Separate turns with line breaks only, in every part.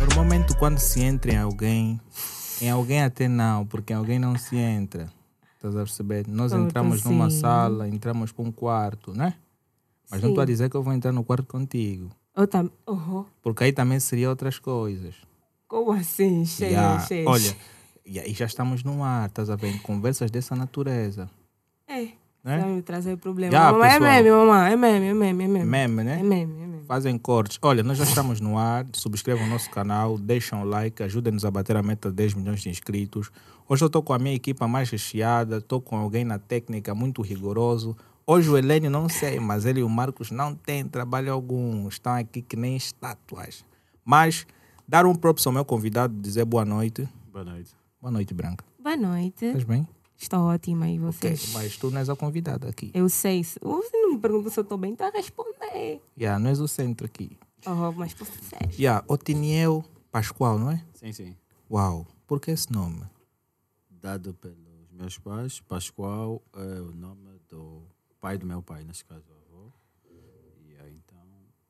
Normalmente quando se entra em alguém, em alguém até não, porque em alguém não se entra. Estás a perceber? Nós
Claro que
entramos numa
sim.
sala, entramos para um quarto, né? Mas não estou a
Sim.
dizer que eu vou entrar no quarto contigo.
Eu também. Uhum.
Porque aí também seria outras coisas.
Como assim? Cheia,
Ya,
cheia.
Olha, e aí já estamos no ar, estás a ver? Conversas dessa natureza.
É.
Né?
Vai me trazer problema.
Já,
mamãe, é
pessoal.
meme, mamãe. É meme, é meme, é meme.
Meme, né?
É meme, é meme.
Fazem cortes. Olha, nós já estamos no ar. Subscrevam o nosso canal, deixam o like, ajudem-nos a bater a meta de 10 milhões de inscritos. Hoje eu estou com a minha equipa mais recheada, estou com alguém na técnica muito rigoroso. Hoje o Helênio não sei, mas ele e o Marcos não têm trabalho algum. Estão aqui que nem estátuas. Mas dar um props ao meu convidado, dizer boa noite.
Boa noite.
Boa noite, Branca.
Boa noite.
Estás bem?
Estou ótima e
Ok,
vocês?
mas tu não és a convidada aqui.
Eu sei. se- Você não me pergunta se eu estou bem, está a responder.
Yeah, não és o centro aqui.
Oh, mas vocês.
Yeah, Otiniel Pascoal, não é?
Sim, sim.
Uau, por que esse nome?
Dado pelos meus pais, Pascoal é o nome do pai do meu pai, neste caso, o avô. E aí, então,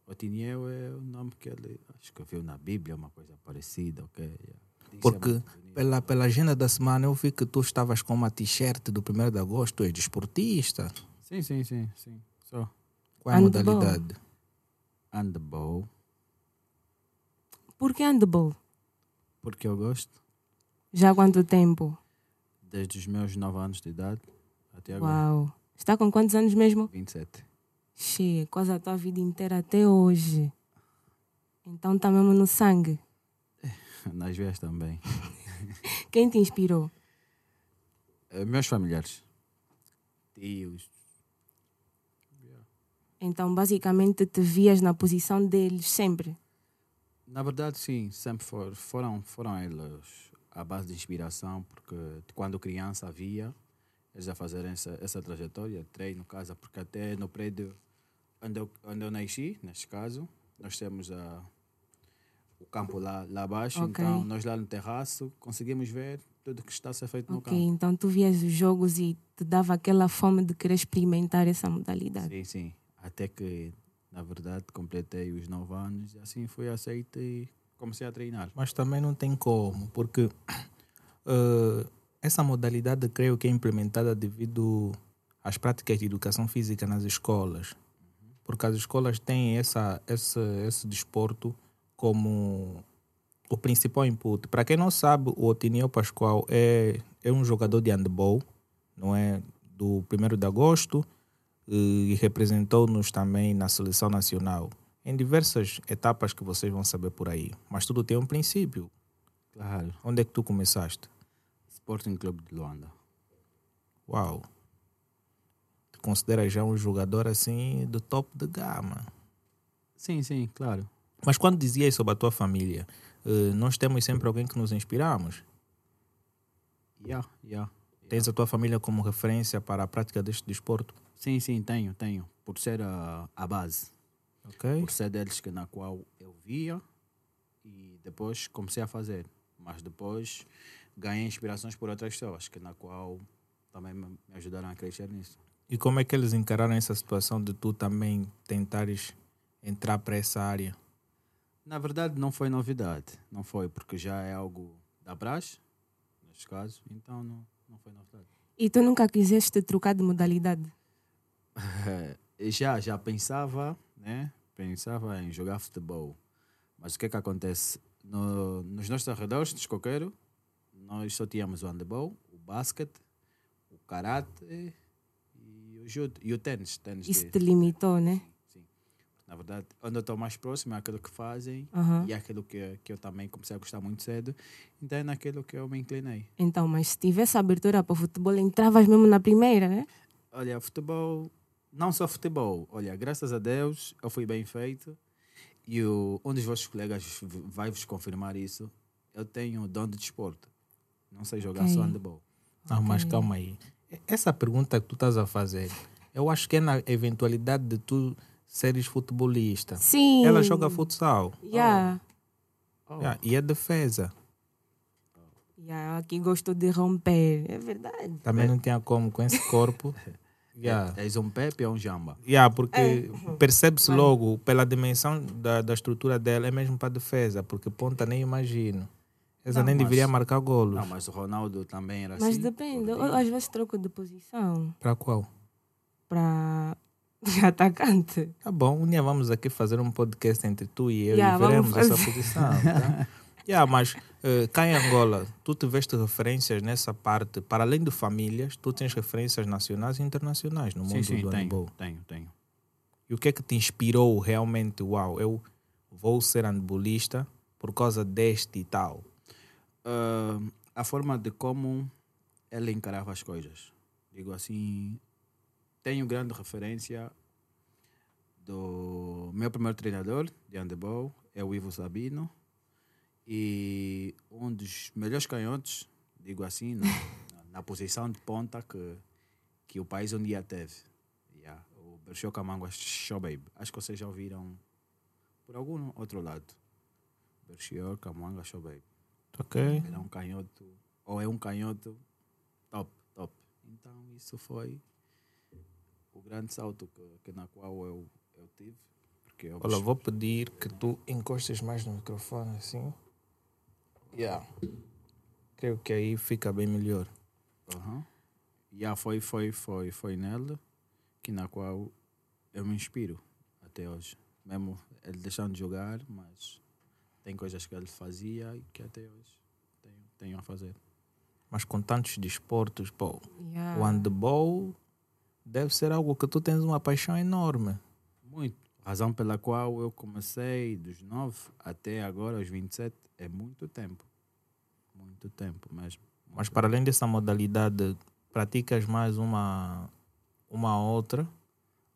Otiniel é o nome que ele acho que viu na Bíblia, uma coisa parecida, ok? yeah. Isso é
Porque
muito bonito.
pela, pela agenda da semana eu vi que tu estavas com uma t-shirt do 1 de agosto, tu és desportista.
Sim, sim, sim, sim. Só.
Qual é a
Handball.
modalidade?
Handball,
Por que handball?
porque eu gosto,
Já há quanto tempo?
desde os meus 9 anos de idade até agora,
Uau. Está com quantos anos mesmo?
27.
Che, quase a tua vida inteira até hoje. Então está mesmo no sangue.
Nas vias também.
Quem te inspirou?
Eh, meus familiares, tios,
Então, basicamente, te vias na posição deles sempre.
Na verdade, sim, sempre for- foram, foram eles a base de inspiração, porque de quando criança havia eles a fazerem essa, essa trajetória, treino, casa, porque até no prédio onde eu, onde eu nasci, neste caso, nós temos a, o campo lá, lá abaixo,
Ok.
então nós lá no terraço conseguimos ver tudo que está a ser feito no
Ok,
campo.
então tu vias os jogos e te dava aquela fome de querer experimentar essa modalidade.
Sim, sim, até que, na verdade, completei os 9 anos e assim fui aceito e comecei a treinar.
Mas também não tem como, porque eh, essa modalidade creio que é implementada devido às práticas de educação física nas escolas. Porque as escolas têm essa, esse, esse desporto como o principal input. Para quem não sabe, o Otiniel Pascoal é, é um jogador de handball, não é? Do 1 de agosto e representou-nos também na seleção nacional em diversas etapas que vocês vão saber por aí. Mas tudo tem um princípio.
Claro,
Onde é que tu começaste?
Sporting Clube de Luanda.
Uau! Te consideras já um jogador assim do top de gama.
Sim, sim, claro.
Mas quando dizias sobre a tua família, eh, nós temos sempre alguém que nos inspiramos.
Yeah, yeah.
Tens a tua família como referência para a prática deste desporto,
Sim, sim, tenho, tenho. Por ser a, a base.
ok?
Por ser deles que, na qual eu via e depois comecei a fazer. Mas depois ganhei inspirações por outras pessoas, que na qual também me me ajudaram a crescer nisso.
E como é que eles encararam essa situação de tu também tentares entrar para essa área?
Na verdade, não foi novidade. Não foi, porque já é algo da Brás, neste caso. Então, não, não foi novidade.
E tu nunca quiseste trocar de modalidade?
Eu já já pensava né pensava em jogar futebol mas o que é que acontece no, nos nossos arredores de coqueiro nós só tínhamos o handebol o basquete o karate e o judo e o tênis tênis
Isso
de-
te limitou, né?
sim. na verdade onde eu estou mais próximo é aquilo que fazem
Aham.
e é aquilo que, que eu também comecei a gostar muito cedo então é naquilo que eu me inclinei
Então, mas se tivesse abertura para o futebol, entravas mesmo na primeira, né?
Olha, futebol, não só futebol. Olha, graças a Deus eu fui bem feito e o- um dos vossos colegas v- vai vos confirmar isso. Eu tenho o dom de desporto. Não sei jogar
Ok.
só handebol.
Não, Ah, mas calma aí. E- Essa pergunta que tu estás a fazer, eu acho que é na eventualidade de tu seres futebolista.
Sim.
Ela joga futsal
Yeah.
Oh,
yeah, e é defesa.
Yeah, aqui gosto de romper. É verdade.
É.
Também não tinha como com esse corpo. Yeah.
És um Pepe ou um Jamba?
Yeah, porque
É.
percebe-se logo, pela dimensão da, da estrutura dela, é mesmo para defesa, porque ponta nem imagino. Essa
Não,
nem
mas-
deveria marcar golos.
Não, mas o Ronaldo também era
Mas
assim.
depende. Eu,
gordinho.
às vezes troco de posição
Para qual?
para atacante.
Tá bom, um dia vamos aqui fazer um podcast entre tu e eu
Yeah,
e
vamos
veremos essa
fazer.
posição. Tá? yeah, mas eh, cá em Angola, tu tiveste referências nessa parte, para além de famílias, tu tens referências nacionais e internacionais no mundo
Sim, sim,
do handball.
tenho, tenho, tenho.
E o que é que te inspirou realmente? Uau, eu vou ser handbolista por causa deste e tal.
Ah, a forma de como ela encarava as coisas. Digo assim, tenho grande referência do meu primeiro treinador de handebol, é o Ivo Sabino, e um dos melhores canhotes, digo assim, na, na- na posição de ponta que, que o país um dia teve. Yeah, o Berchou Camango Shobabe. Acho que vocês já ouviram por algum outro lado. Berchou Camango Shobabe.
Ok.
Era um canhoto, ou é um canhoto top, top. Então isso foi o grande salto que, que na qual eu, eu tive. Porque eu
Olha, vou pedir que tu encostes mais no microfone assim. Yeah. Creio que aí fica bem melhor.
Aham. Já foi, foi, foi, foi nela que na qual eu me inspiro até hoje. Mesmo ele deixando de jogar, mas tem coisas que ele fazia e que até hoje tenho, tenho a fazer.
Mas com tantos desportos, pô,
Yeah.
o handball deve ser algo que tu tens uma paixão enorme.
Muito. Razão pela qual eu comecei dos 9 até agora, aos 27, é muito tempo. Muito tempo mesmo.
Mas para além dessa modalidade, praticas mais uma uma outra.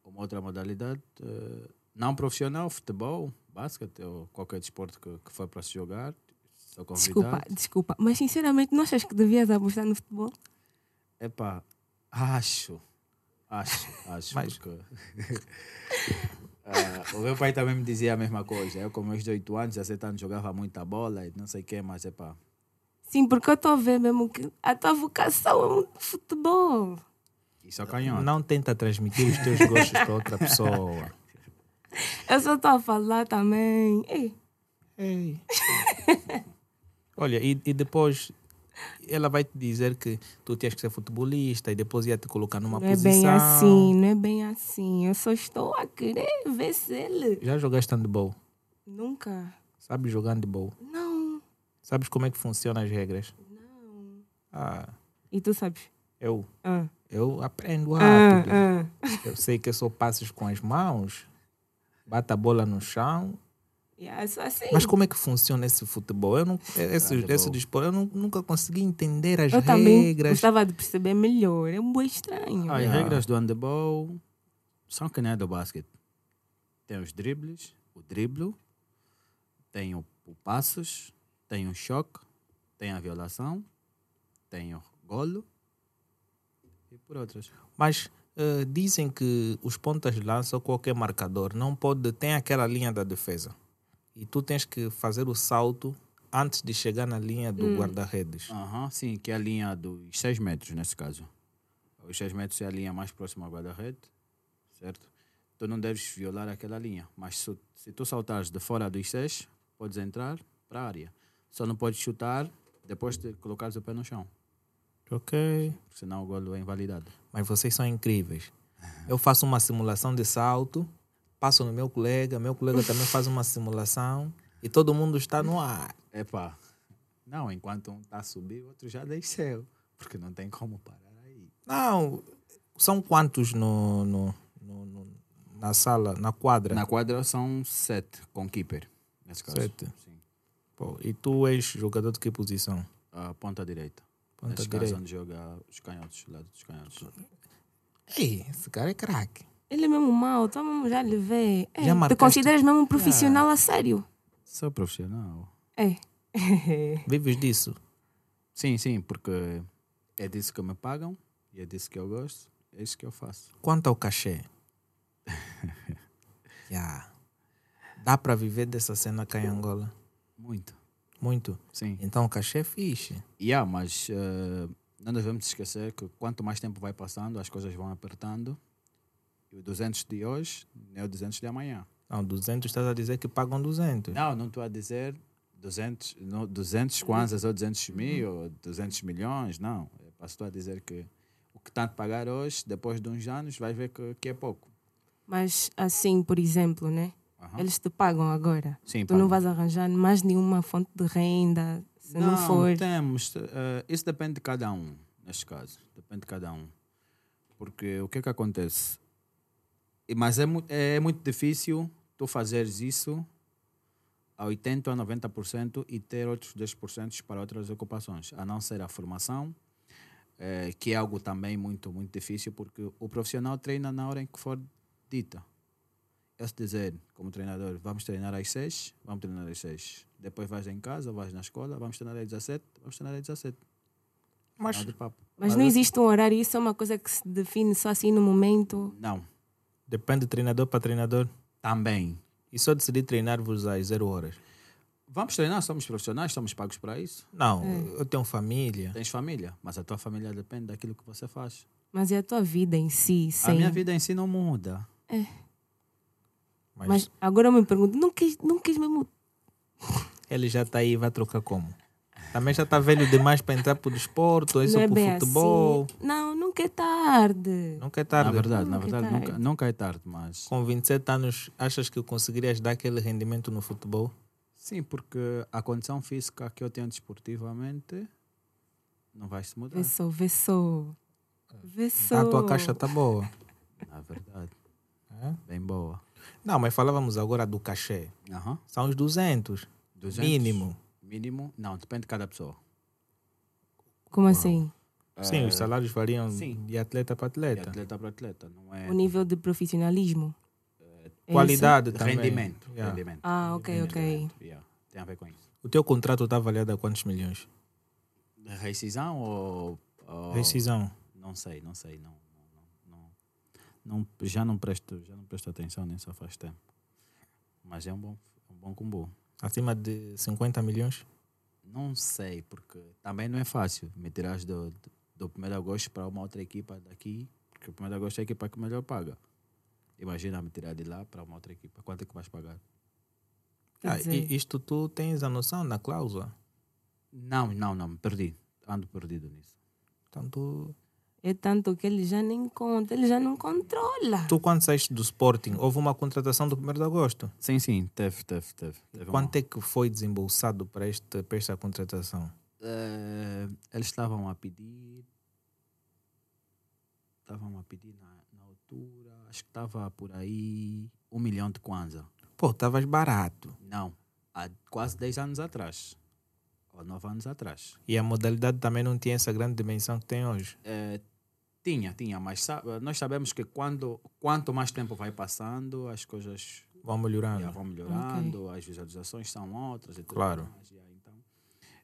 Uma outra modalidade, eh, não profissional, futebol, basquete ou qualquer desporto que, que for para se jogar, sou
Desculpa,
convidado.
desculpa. Mas sinceramente, não achas que devias apostar no futebol?
Epá, acho, acho, acho,
Mas-
porque... Ah, o meu pai também me dizia a mesma coisa. Eu, com meus 18 anos, 17 anos, jogava muita bola e não sei o que, mas epá,
Sim, porque eu estou a ver mesmo que a tua vocação é muito futebol.
isso é canhão.
Não tenta transmitir os teus gostos para outra pessoa.
Eu só estou a falar também. Ei,
Ei. Olha, e, e depois ela vai te dizer que tu tens que ser futebolista e depois ia te colocar numa
não é
posição.
bem assim, não é bem assim. Eu só estou a querer ver se ele.
Já jogaste handball?
Nunca.
Sabes jogar handball?
Não,
Sabes como é que funcionam as regras?
não.
Ah,
E tu sabes?
eu,
Ah,
eu aprendo
ah,
rápido.
ah.
Eu sei que é só passes com as mãos, bata a bola no chão.
Yeah, só assim.
Mas como é que funciona esse futebol? Eu não, esse,
Handball.
esse desporto, eu nu- nunca consegui entender as
eu também
regras.
gostava de perceber melhor. É um boi estranho.
As
Yeah.
regras do handebol são que nem a do basquete. Tem os dribles, o driblo, tem o, o passos, tem o choque, tem a violação, tem o golo e por outras.
Mas eh, dizem que os pontas de lança ou qualquer marcador não pode, tem aquela linha da defesa. E tu tens que fazer o salto antes de chegar na linha
Hum.
do guarda-redes.
Aham, sim, que é a linha dos 6 metros nesse caso. Os 6 metros é a linha mais próxima ao guarda-rede, certo? Tu não deves violar aquela linha, mas se, se tu saltares de fora dos 6, podes entrar para a área. Só não podes chutar depois de colocares o pé no chão,
Ok.
porque senão o golo é invalidado.
Mas vocês são incríveis. Eu faço uma simulação de salto, passo no meu colega, meu colega também faz uma simulação e todo mundo está no ar.
Epá, não, enquanto um está a subir, o outro já desceu, porque não tem como parar aí.
Não, são quantos no, no- no- no- na sala, na quadra?
Na quadra são 7 com keeper, nesse caso.
Sete.
Sim.
Pô, e tu és jogador de que posição?
A ponta direita.
Ponta
Nesse
direita.
caso onde joga os canhotos, lado dos canhotos.
Ei, esse cara é craque.
Ele é mesmo mau, tu mesmo já lhe vê. É,
Já
te
marcaste-
consideras mesmo um profissional a sério?
Sou profissional.
É.
Vives disso?
Sim, sim, porque é disso que me pagam e é disso que eu gosto, é isso que eu faço.
Quanto ao cachê? Ya. Dá para viver dessa cena cá em Angola?
Muito.
Muito.
Sim.
Então o cachê é fixe.
Yeah, mas eh, Não devemos esquecer que quanto mais tempo vai passando, as coisas vão apertando. E o 200 de hoje não é o 200 de amanhã.
Não, 200, estás a dizer que pagam 200.
Não, não estou a dizer 200, não, 200 kwanzas ou 200 mil ou 200 milhões, não. Eu Estou a dizer que o que tanto pagar hoje, depois de uns anos, vais ver que, que é pouco.
Mas assim, por exemplo, né?
Aham.
Eles te pagam agora.
Sim,
Tu não
pagam.
vais arranjar mais nenhuma fonte de renda se não, for.
temos. eh, isso depende de cada um, neste caso. Depende de cada um. Porque o que é que acontece? E- Mas é, mu- é muito difícil tu fazeres isso a 80% a 90% e ter outros 10% para outras ocupações, a não ser a formação, eh, que é algo também muito, muito difícil, porque o profissional treina na hora em que for dita. Eu se dizer, como treinador, vamos treinar às 6, vamos treinar às 6. Depois vais em casa, vais na escola, vamos treinar às 17, vamos treinar às 17.
Mas
Não, de papo.
Mas não existe um horário, isso é uma coisa que se define só assim no momento.
Não,
depende de treinador para treinador.
também.
E só decidi treinar-vos às 0 horas.
Vamos treinar, somos profissionais, somos pagos para isso.
Não,
É.
eu tenho família.
Tens família, mas a tua família depende daquilo que você faz.
Mas é a tua vida em si,
A
sem.
minha vida em si não muda.
Mas,
Mas agora eu me pergunto, não quis, não quis mesmo.
ele já está aí, vai trocar como? Também já está velho demais para entrar para o desporto, isso
não
é
é
para
bem
o futebol.
assim. Não, nunca é tarde.
Nunca é
Na
tarde.
verdade,
Nunca
na
é
verdade,
tarde.
nunca, nunca é tarde, mas.
Com 27 anos, achas que conseguirias dar aquele rendimento no futebol?
Sim, porque a condição física que eu tenho desportivamente não vai se mudar,
Vê só, vê só. Vê só.
Ah, a tua caixa está boa.
na verdade.
É?
Bem boa.
Não, mas falávamos agora do cachê.
Aham.
São os 200,
200?
mínimo.
Mínimo? Não, depende de cada pessoa.
Como assim?
Ah, Sim, os salários variam
É. sim.
de atleta para
De
atleta.
atleta para atleta, não é
O nível de profissionalismo? É isso?
Qualidade também.
rendimento.
Yeah.
rendimento.
Ah, ok, ok.
Rendimento, yeah. Tem a ver com isso.
O teu contrato está avaliado a quantos milhões?
Rescisão ou. ou-
Rescisão.
Não sei, não sei. Não, não, não, não- não- já, não presto, já não presto atenção nisso faz tempo. Mas é um bom, um bom combo.
Acima de 50 milhões?
Não sei, porque também não é fácil me tirar do, do 1 de agosto para uma outra equipa daqui, porque o 1 de agosto é a equipa que melhor paga. Imagina me tirar de lá para uma outra equipa. Quanto é que vais pagar?
Quer
Ah,
dizer,
e isto tu tens a noção na cláusula.
Não, não, não, me perdi. Ando perdido nisso.
Então tu,
É tanto que ele já nem conta, ele já não controla.
tu quando saíste do Sporting, houve uma contratação do 1 de agosto.
Sim, sim, teve, teve, teve. teve
Quanto é que foi desembolsado para, este, para esta contratação?
Eh, eles estavam a pedir. Estavam a pedir na, na altura. Acho que estava por aí um milhão de kwanza.
Pô, estavas barato.
Não, há quase 10 anos atrás. Ou 9 anos atrás.
E a modalidade também não tinha essa grande dimensão que tem hoje.
Eh, tinha, tinha, mas sa- nós sabemos que quando, quanto mais tempo vai passando, as coisas
Vão melhorando.
já vão melhorando, as visualizações são outras. E tudo
Claro.
mais, já, então,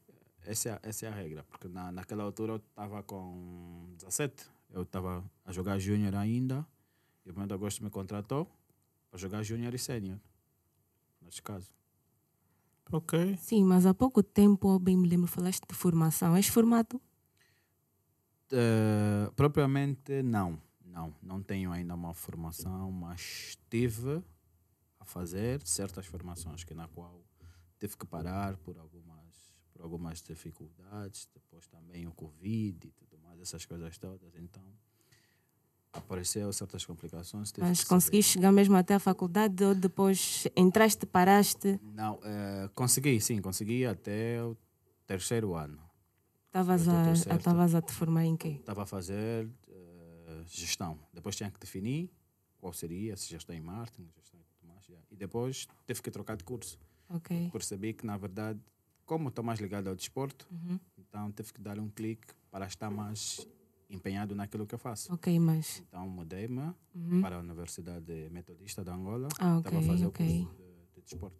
eh, essa é, a- essa é a regra, porque na, naquela altura eu estava com 17, eu estava a jogar júnior ainda, e o primeiro de agosto me contratou para jogar júnior e sênior, neste caso.
Ok.
Sim, mas há pouco tempo, eu bem me lembro, falaste de formação. És formado?
Eh, propriamente, não. Não, não tenho ainda uma formação, mas estive a fazer certas formações que na qual tive que parar por algumas, por algumas dificuldades, depois também o Covid e tudo mais, essas coisas todas. Então, apareceu certas complicações. tive
Mas
que
conseguiste chegar mesmo até a faculdade ou depois entraste, paraste?
sair. Não, eh, consegui, sim, consegui até o terceiro ano.
Estavas
Eu tô- tô
a,
certo.
a, tavas a te formar em quê?
estava a fazer eh, gestão. Depois tinha que definir qual seria, se gestão em marketing, gestão em tudo mais. já. E depois teve que trocar de curso.
Ok.
Percebi que, na verdade, como estou mais ligado ao desporto,
Uhum.
então tive que dar um clique para estar mais empenhado naquilo que eu faço.
Ok, mas.
Então mudei-me
Uhum.
para a Universidade Metodista de Angola.
Ah,
Estava
ok,
a fazer
ok.
o curso de, de desporto.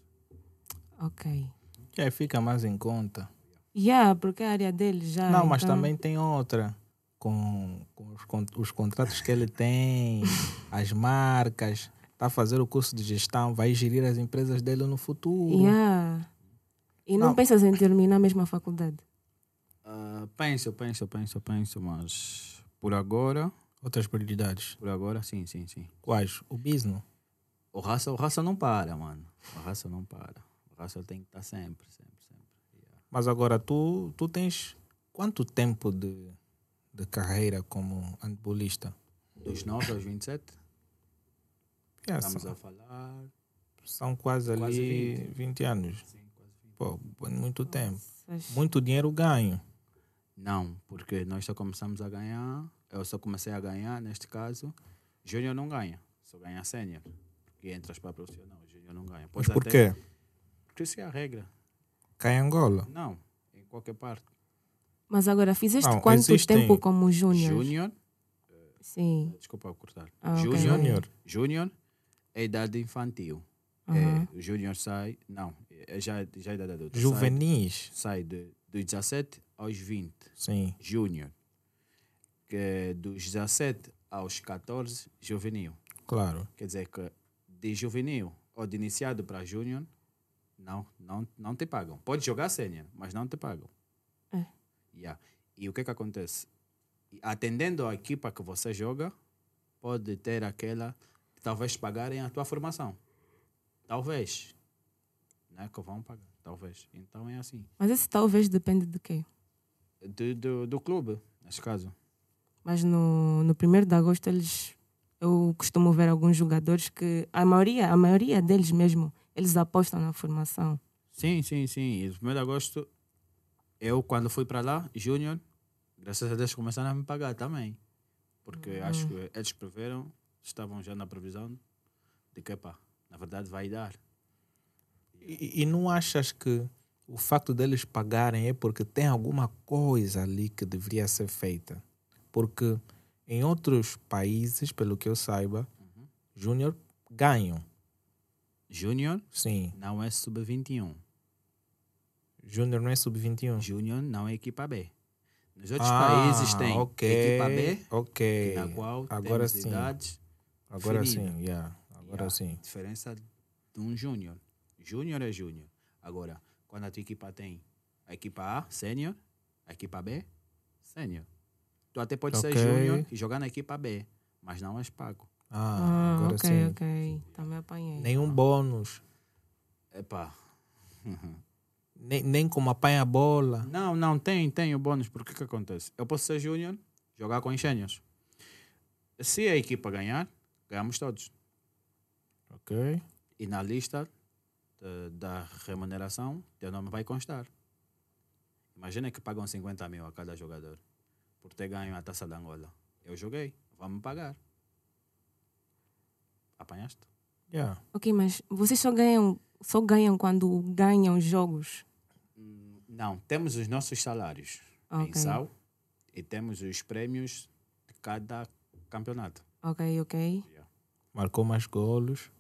Ok.
É, fica mais em conta.
Yeah, porque é a área dele já.
não, mas
então-
também tem outra. Com, com os, con- os contratos que ele tem, as marcas, está a fazer o curso de gestão, vai gerir as empresas dele no futuro.
Yeah. E não,
Não.
pensas em terminar mesmo a faculdade?
Ah, penso, penso, penso, penso, mas por agora,
Outras prioridades.
por agora, sim, sim, sim.
Quais? O business?
O raça, o raça não para, mano. O raça não para. O raça tem que estar sempre, sempre, sempre.
Mas agora tu, tu tens quanto tempo de, de carreira como handbolista?
Dos 9 aos 27,
É,
estamos
são,
a falar.
são quase ali
quase
20. 20 anos.
Sim, quase 20.
Pô, pô, muito tempo.
Mas-
Muito dinheiro ganho.
Não, porque nós só começamos a ganhar, eu só comecei a ganhar, neste caso, Júnior não ganha, só ganha sênior. Porque entras para profissional, Júnior não ganha.
Mas
Podes
por
até-
quê?
Porque isso é a regra.
Cai em Angola.
Não, em qualquer parte.
Mas agora, fizeste
Não,
quanto
existem-
tempo como júnior?
Júnior,
Sim.
desculpa eu cortar.
Ah, ok.
Júnior,
Júnior.
Júnior é idade infantil.
Aham.
É, o Júnior sai, não, é já, já é idade adulta.
Juvenis.
Sai, sai de, dos 17 aos 20,
Sim.
Júnior. Que é dos 17 aos 14, juvenil.
Claro.
Quer dizer que de juvenil ou de iniciado para júnior, não, não, não te pagam. Pode jogar sênior, mas não te pagam.
É.
Yeah. E o que que acontece? E Atendendo à equipa que você joga, pode ter aquela que talvez pagarem a tua formação. Talvez. Não é que vão pagar, talvez. Então é assim.
Mas esse talvez depende de quê?
Do, do, do clube, nesse caso.
Mas no, no 1 de agosto eles eu costumo ver alguns jogadores que a maioria, a maioria deles mesmo, eles apostam na formação.
Sim, sim, sim. E no 1 de agosto, eu, quando fui para lá, Júnior, graças a Deus, começaram a me pagar também. Porque acho que eles preveram, estavam já na previsão de que, pá, na verdade vai dar.
E, e não achas que o facto deles pagarem é porque tem alguma coisa ali que deveria ser feita? Porque em outros países, pelo que eu saiba, júnior ganham.
Júnior
Sim.
não é sub-21.
Júnior não é sub-21.
Júnior não é equipa B. Nos outros
Ah,
países tem
ok,
equipa B,
Ok.
na qual
Agora
temos
sim.
idades,
Agora
ferida.
sim, yeah. Agora
Yeah.
sim.
diferença de um júnior. Júnior é júnior. Agora, quando a tua equipa tem a equipa A, sênior, a equipa B, sênior. Tu até pode ser
Ok.
júnior e jogar na equipa B, mas não és pago.
Ah, agora
ok,
sim.
ok. Também apanhei.
Nenhum bônus.
Epá.
Nem, nem como apanha a bola.
Não, não, tem, tem o bônus. Porque que que acontece? Eu posso ser júnior, jogar com engenhos. Se a equipa ganhar, ganhamos todos.
Ok.
E na lista eh, da remuneração, teu nome vai constar. Imagina que pagam 50 mil a cada jogador por ter ganho a taça da Angola. Eu joguei, vamos pagar. Apanhaste?
Yeah.
Ok, mas vocês só ganham, só ganham quando ganham jogos.
Não, temos os nossos salários
Ok.
mensal e temos os prêmios de cada campeonato.
Ok, ok.
Marcou mais golos.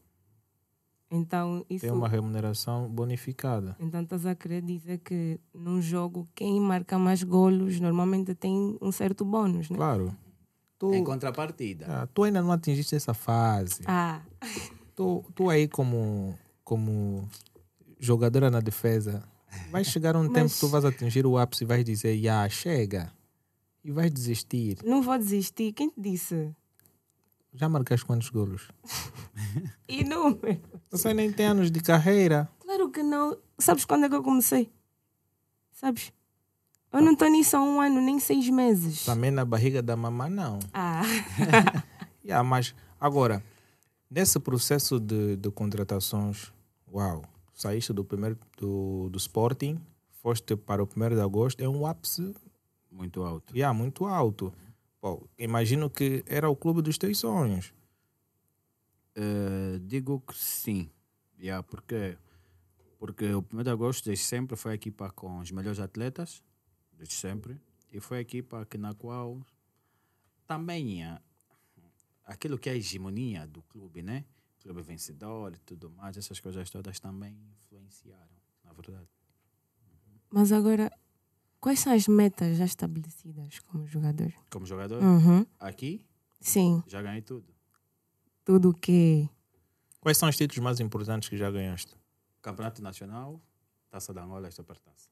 Então isso
Tem uma remuneração bonificada.
Então estás a querer dizer que num jogo quem marca mais golos normalmente tem um certo bônus, né?
Claro.
Em
Tu,
contrapartida,
ah, tu ainda não atingiste essa fase.
Ah,
Tu, tu aí como, como jogadora na defesa, vai chegar um tempo que tu vais atingir o ápice e vais dizer, yeah, chega. E vais desistir.
não vou desistir. Quem te disse?
Já marcaste quantos golos?
E número?
Você nem tem anos de carreira.
Claro que não. Sabes quando é que eu comecei? Sabes? Eu não estou nisso há um ano, nem seis meses.
Tá.
Também na barriga da mamã, não.
Ah,
Yeah, mas agora, nesse processo de, de contratações, uau, saíste do primeiro do, do Sporting, foste para o primeiro de agosto, é um ápice
muito alto.
yeah, muito alto. Bom, imagino que era o clube dos teus sonhos.
Eh, digo que sim. Yeah, porque, porque o 1 de agosto, desde sempre, foi a equipa com os melhores atletas, desde sempre, e foi a equipa que, na qual também eh, aquilo que é a hegemonia do clube, né? Clube vencedor e tudo mais, essas coisas todas também influenciaram, na verdade.
mas agora, quais são as metas já estabelecidas como jogador?
Como jogador,
Uhum.
aqui
Sim,
já ganhei tudo.
tudo o que.
Quais são os títulos mais importantes que já ganhaste?
Campeonato Nacional, Taça da Angola, esta pertence.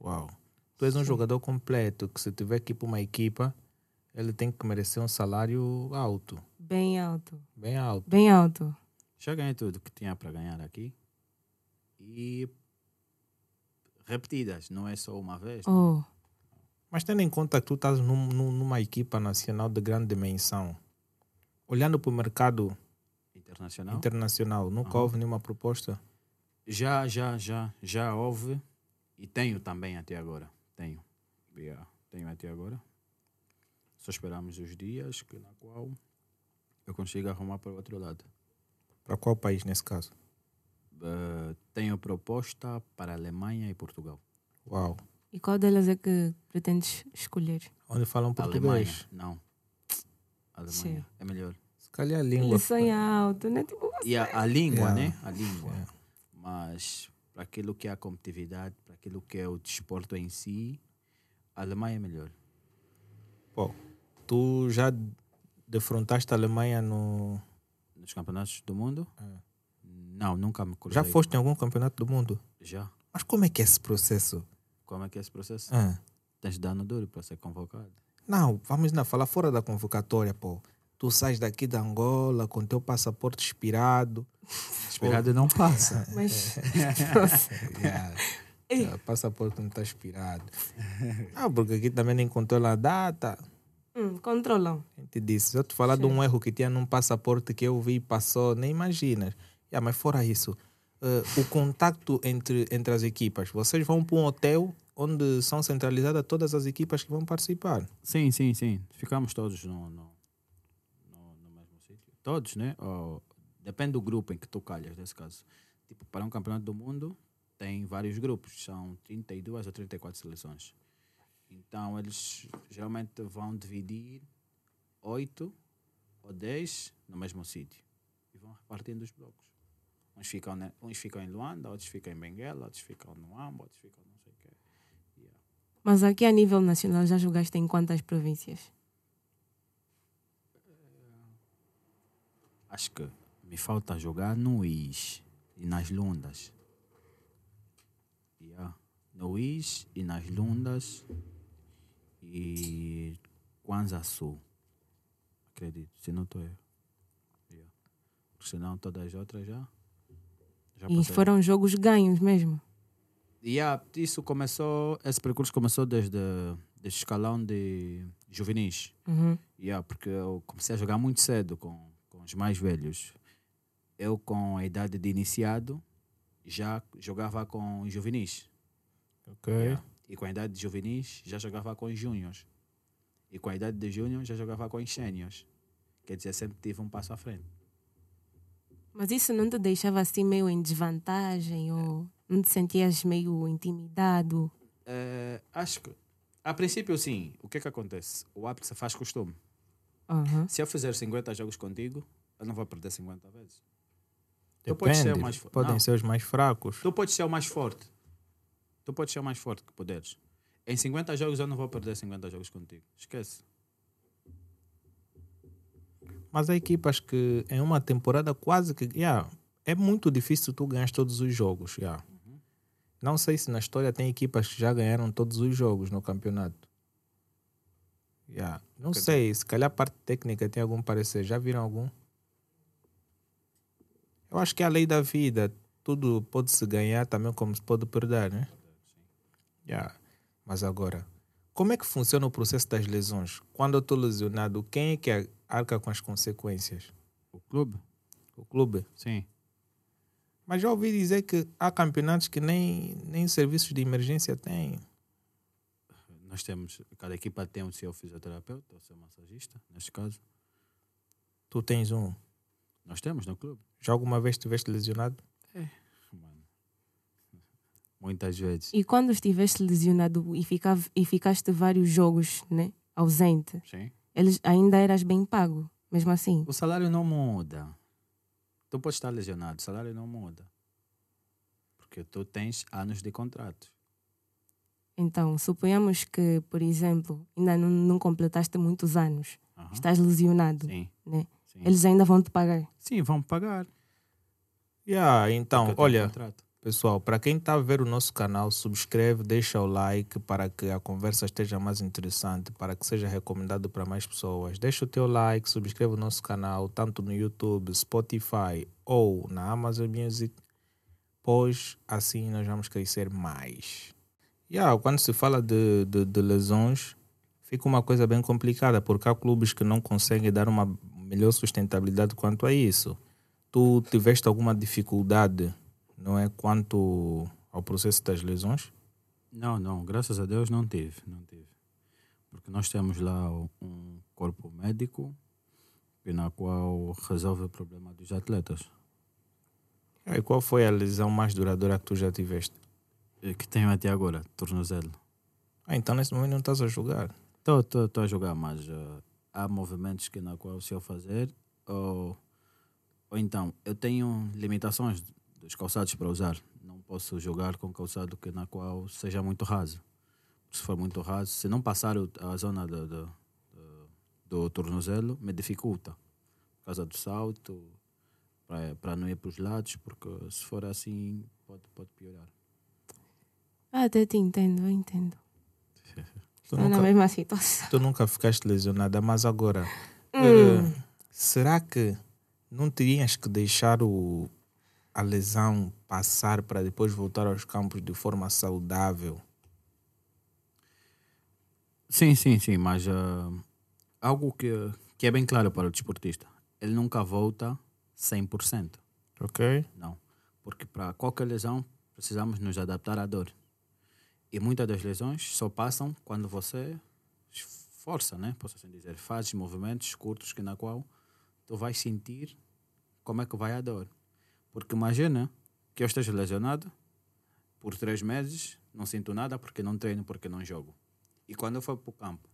Uau. Tu és um jogador completo que se tiver que ir para uma equipa, ele tem que merecer um salário alto,
Bem alto.
bem alto.
Bem alto.
Já ganhei tudo que tinha para ganhar aqui. E repetidas, não é só uma vez.
Oh,
Mas tendo em conta que tu estás num- num- numa equipa nacional de grande dimensão, olhando para o mercado
Internacional.
internacional, nunca
Aham.
houve nenhuma proposta?
Já, já, já, já houve. E tenho também até agora. Tenho. Yeah, Tenho até agora. Só esperamos os dias que na qual eu consigo arrumar para o outro lado.
Para qual país nesse caso?
Eh, tenho proposta para Alemanha e Portugal.
Uau.
e qual delas é que pretendes escolher?
Onde falam português.
Alemanha, não. Alemanha, é melhor.
Se calhar a língua.
Lição em alto, né? Tipo,
E a, a língua,
Yeah.
né? A língua.
Yeah.
Mas para aquilo que é a competitividade, para aquilo que é o desporto em si, a Alemanha é melhor.
Pô, tu já defrontaste a Alemanha no.
Nos campeonatos do mundo?
É.
Não, nunca me cruzei.
Já foste em algum campeonato do mundo?
Já.
Mas como é que é esse processo?
Como é que é esse processo?
Hã?
Tens de dar no duro para ser convocado.
Não, vamos na falar fora da convocatória, pô. Tu sais daqui da Angola com teu passaporte expirado.
Esperado não passa.
mas
Yeah. Yeah, É, passaporte não está expirado. Ah, porque aqui também nem controla a data.
hum, controlam.
A gente disse, se eu te falar de um erro que tinha num passaporte que eu vi e passou, nem imaginas. Yeah, mas fora isso, eh, o contacto entre, entre as equipas, vocês vão para um hotel onde são centralizadas todas as equipas que vão participar.
Sim, sim, sim. Ficamos todos no, no, no, no mesmo sítio. Todos, né? Ou- depende do grupo em que tu calhas, nesse caso. Tipo, para um campeonato do mundo, tem vários grupos. São 32 ou 34 seleções. Então, eles geralmente vão dividir 8 ou 10 no mesmo sítio. E vão repartindo os blocos. Uns ficam, ne- uns ficam em Luanda, outros ficam em Benguela, outros ficam no Amba, outros ficam não sei o quê.
Mas aqui a nível nacional já jogaste em quantas províncias?
Acho que me falta jogar no IS e nas Lundas. Yeah. No IS e nas Lundas e Kwanza Sul. Acredito, se não estou eu. Yeah. Porque senão todas as outras já. já
E
passei.
foram jogos ganhos mesmo.
Yeah, isso começou, esse percurso começou desde o escalão de juvenis.
Uhum.
Yeah, porque eu comecei a jogar muito cedo com, com os mais velhos. Eu, com a idade de iniciado, já jogava com os juvenis.
Ok.
Yeah. E com a idade de juvenis, já jogava com os júniores. E com a idade de júnior, já jogava com os sêniores. Quer dizer, sempre tive um passo à frente.
Mas isso não te deixava assim meio em desvantagem ou não te sentias meio intimidado?
Eh, acho que, a princípio, sim. O que é que acontece? O hábito se faz costume.
Uhum.
Se eu fizer 50 jogos contigo, eu não vou perder 50 vezes. Tu podes
Depende.
Então ser o mais fo-
Podem
Não.
ser os mais fracos.
Tu podes ser o mais forte. Tu podes ser o mais forte que puderes. Em 50 jogos eu não vou perder 50 jogos contigo. Esquece.
Mas há equipas que em uma temporada quase que. Yeah, é muito difícil tu ganhar todos os jogos. Yeah. Não sei se na história tem equipas que já ganharam todos os jogos no campeonato. Yeah. Não
Acredito.
sei, se calhar a parte técnica tem algum parecer. Já viram algum? Eu acho que é a lei da vida. Tudo pode se ganhar também como se pode perder, né? Yeah. Mas agora, como é que funciona o processo das lesões? Quando eu estou lesionado, quem é que arca com as consequências?
O clube?
O clube?
Sim.
Mas já ouvi dizer que há campeonatos que nem, nem serviços de emergência têm.
Nós temos, cada equipa tem o seu fisioterapeuta, o seu massagista, neste caso.
Tu tens um.
Nós temos no clube.
Já alguma vez estiveste lesionado?
Mano. Muitas vezes.
E quando estiveste lesionado e, ficava, e ficaste vários jogos né, ausente,
Sim.
eles ainda eras bem pago, mesmo assim.
O salário não muda. Tu podes estar lesionado, o salário não muda. Porque tu tens anos de contrato.
Então, suponhamos que, por exemplo, ainda não, não completaste muitos anos,
Aham.
estás lesionado,
Sim.
né?
Sim.
Eles ainda vão te pagar.
Sim, vão pagar.
Yeah,
porque
então,
eu tenho
olha,
contrato.
Pessoal, para quem está a ver o nosso canal, subscreve, deixa o like para que a conversa esteja mais interessante, para que seja recomendado para mais pessoas. Deixa o teu like, subscreve o nosso canal, tanto no YouTube, Spotify ou na Amazon Music, pois assim nós vamos crescer mais. Yeah, quando se fala de, de, de lesões, fica uma coisa bem complicada, porque há clubes que não conseguem dar uma melhor sustentabilidade quanto a isso. Tu tiveste alguma dificuldade, não é, quanto ao processo das lesões?
Não, não, graças a Deus não tive, não tive. Porque nós temos lá o- um corpo médico que na qual resolve o problema dos atletas.
E qual foi a lesão mais duradoura que tu já tiveste?
Eh, Que tenho até agora, tornozelo.
Ah, então nesse momento não estás a jogar.
Estou a jogar, mas eh, há movimentos que na qual se eu fazer, ou, ou então eu tenho limitações dos calçados para usar. Não posso jogar com calçado que na qual seja muito raso. Se for muito raso, se não passar o- a zona do, do, do- do tornozelo, me dificulta. Por causa do salto, para não ir para os lados, porque se for assim, pode, pode piorar.
Ah, até te entendo, eu entendo.
Tu
Estou na
nunca,
mesma situação.
tu nunca ficaste lesionada, mas agora,
Hum.
eh, será que não terias que deixar o, a lesão passar para depois voltar aos campos de forma saudável?
Sim, sim, sim, mas ah, algo que, que é bem claro para o desportista, ele nunca volta 100%,
Ok.
não. Porque para qualquer lesão, precisamos nos adaptar à dor. E muitas das lesões só passam quando você força, né? Posso assim dizer, faz movimentos curtos que na qual tu vais sentir como é que vai a dor. Porque imagina que eu esteja lesionado por três meses, não sinto nada porque não treino, porque não jogo. E quando eu for para o campo,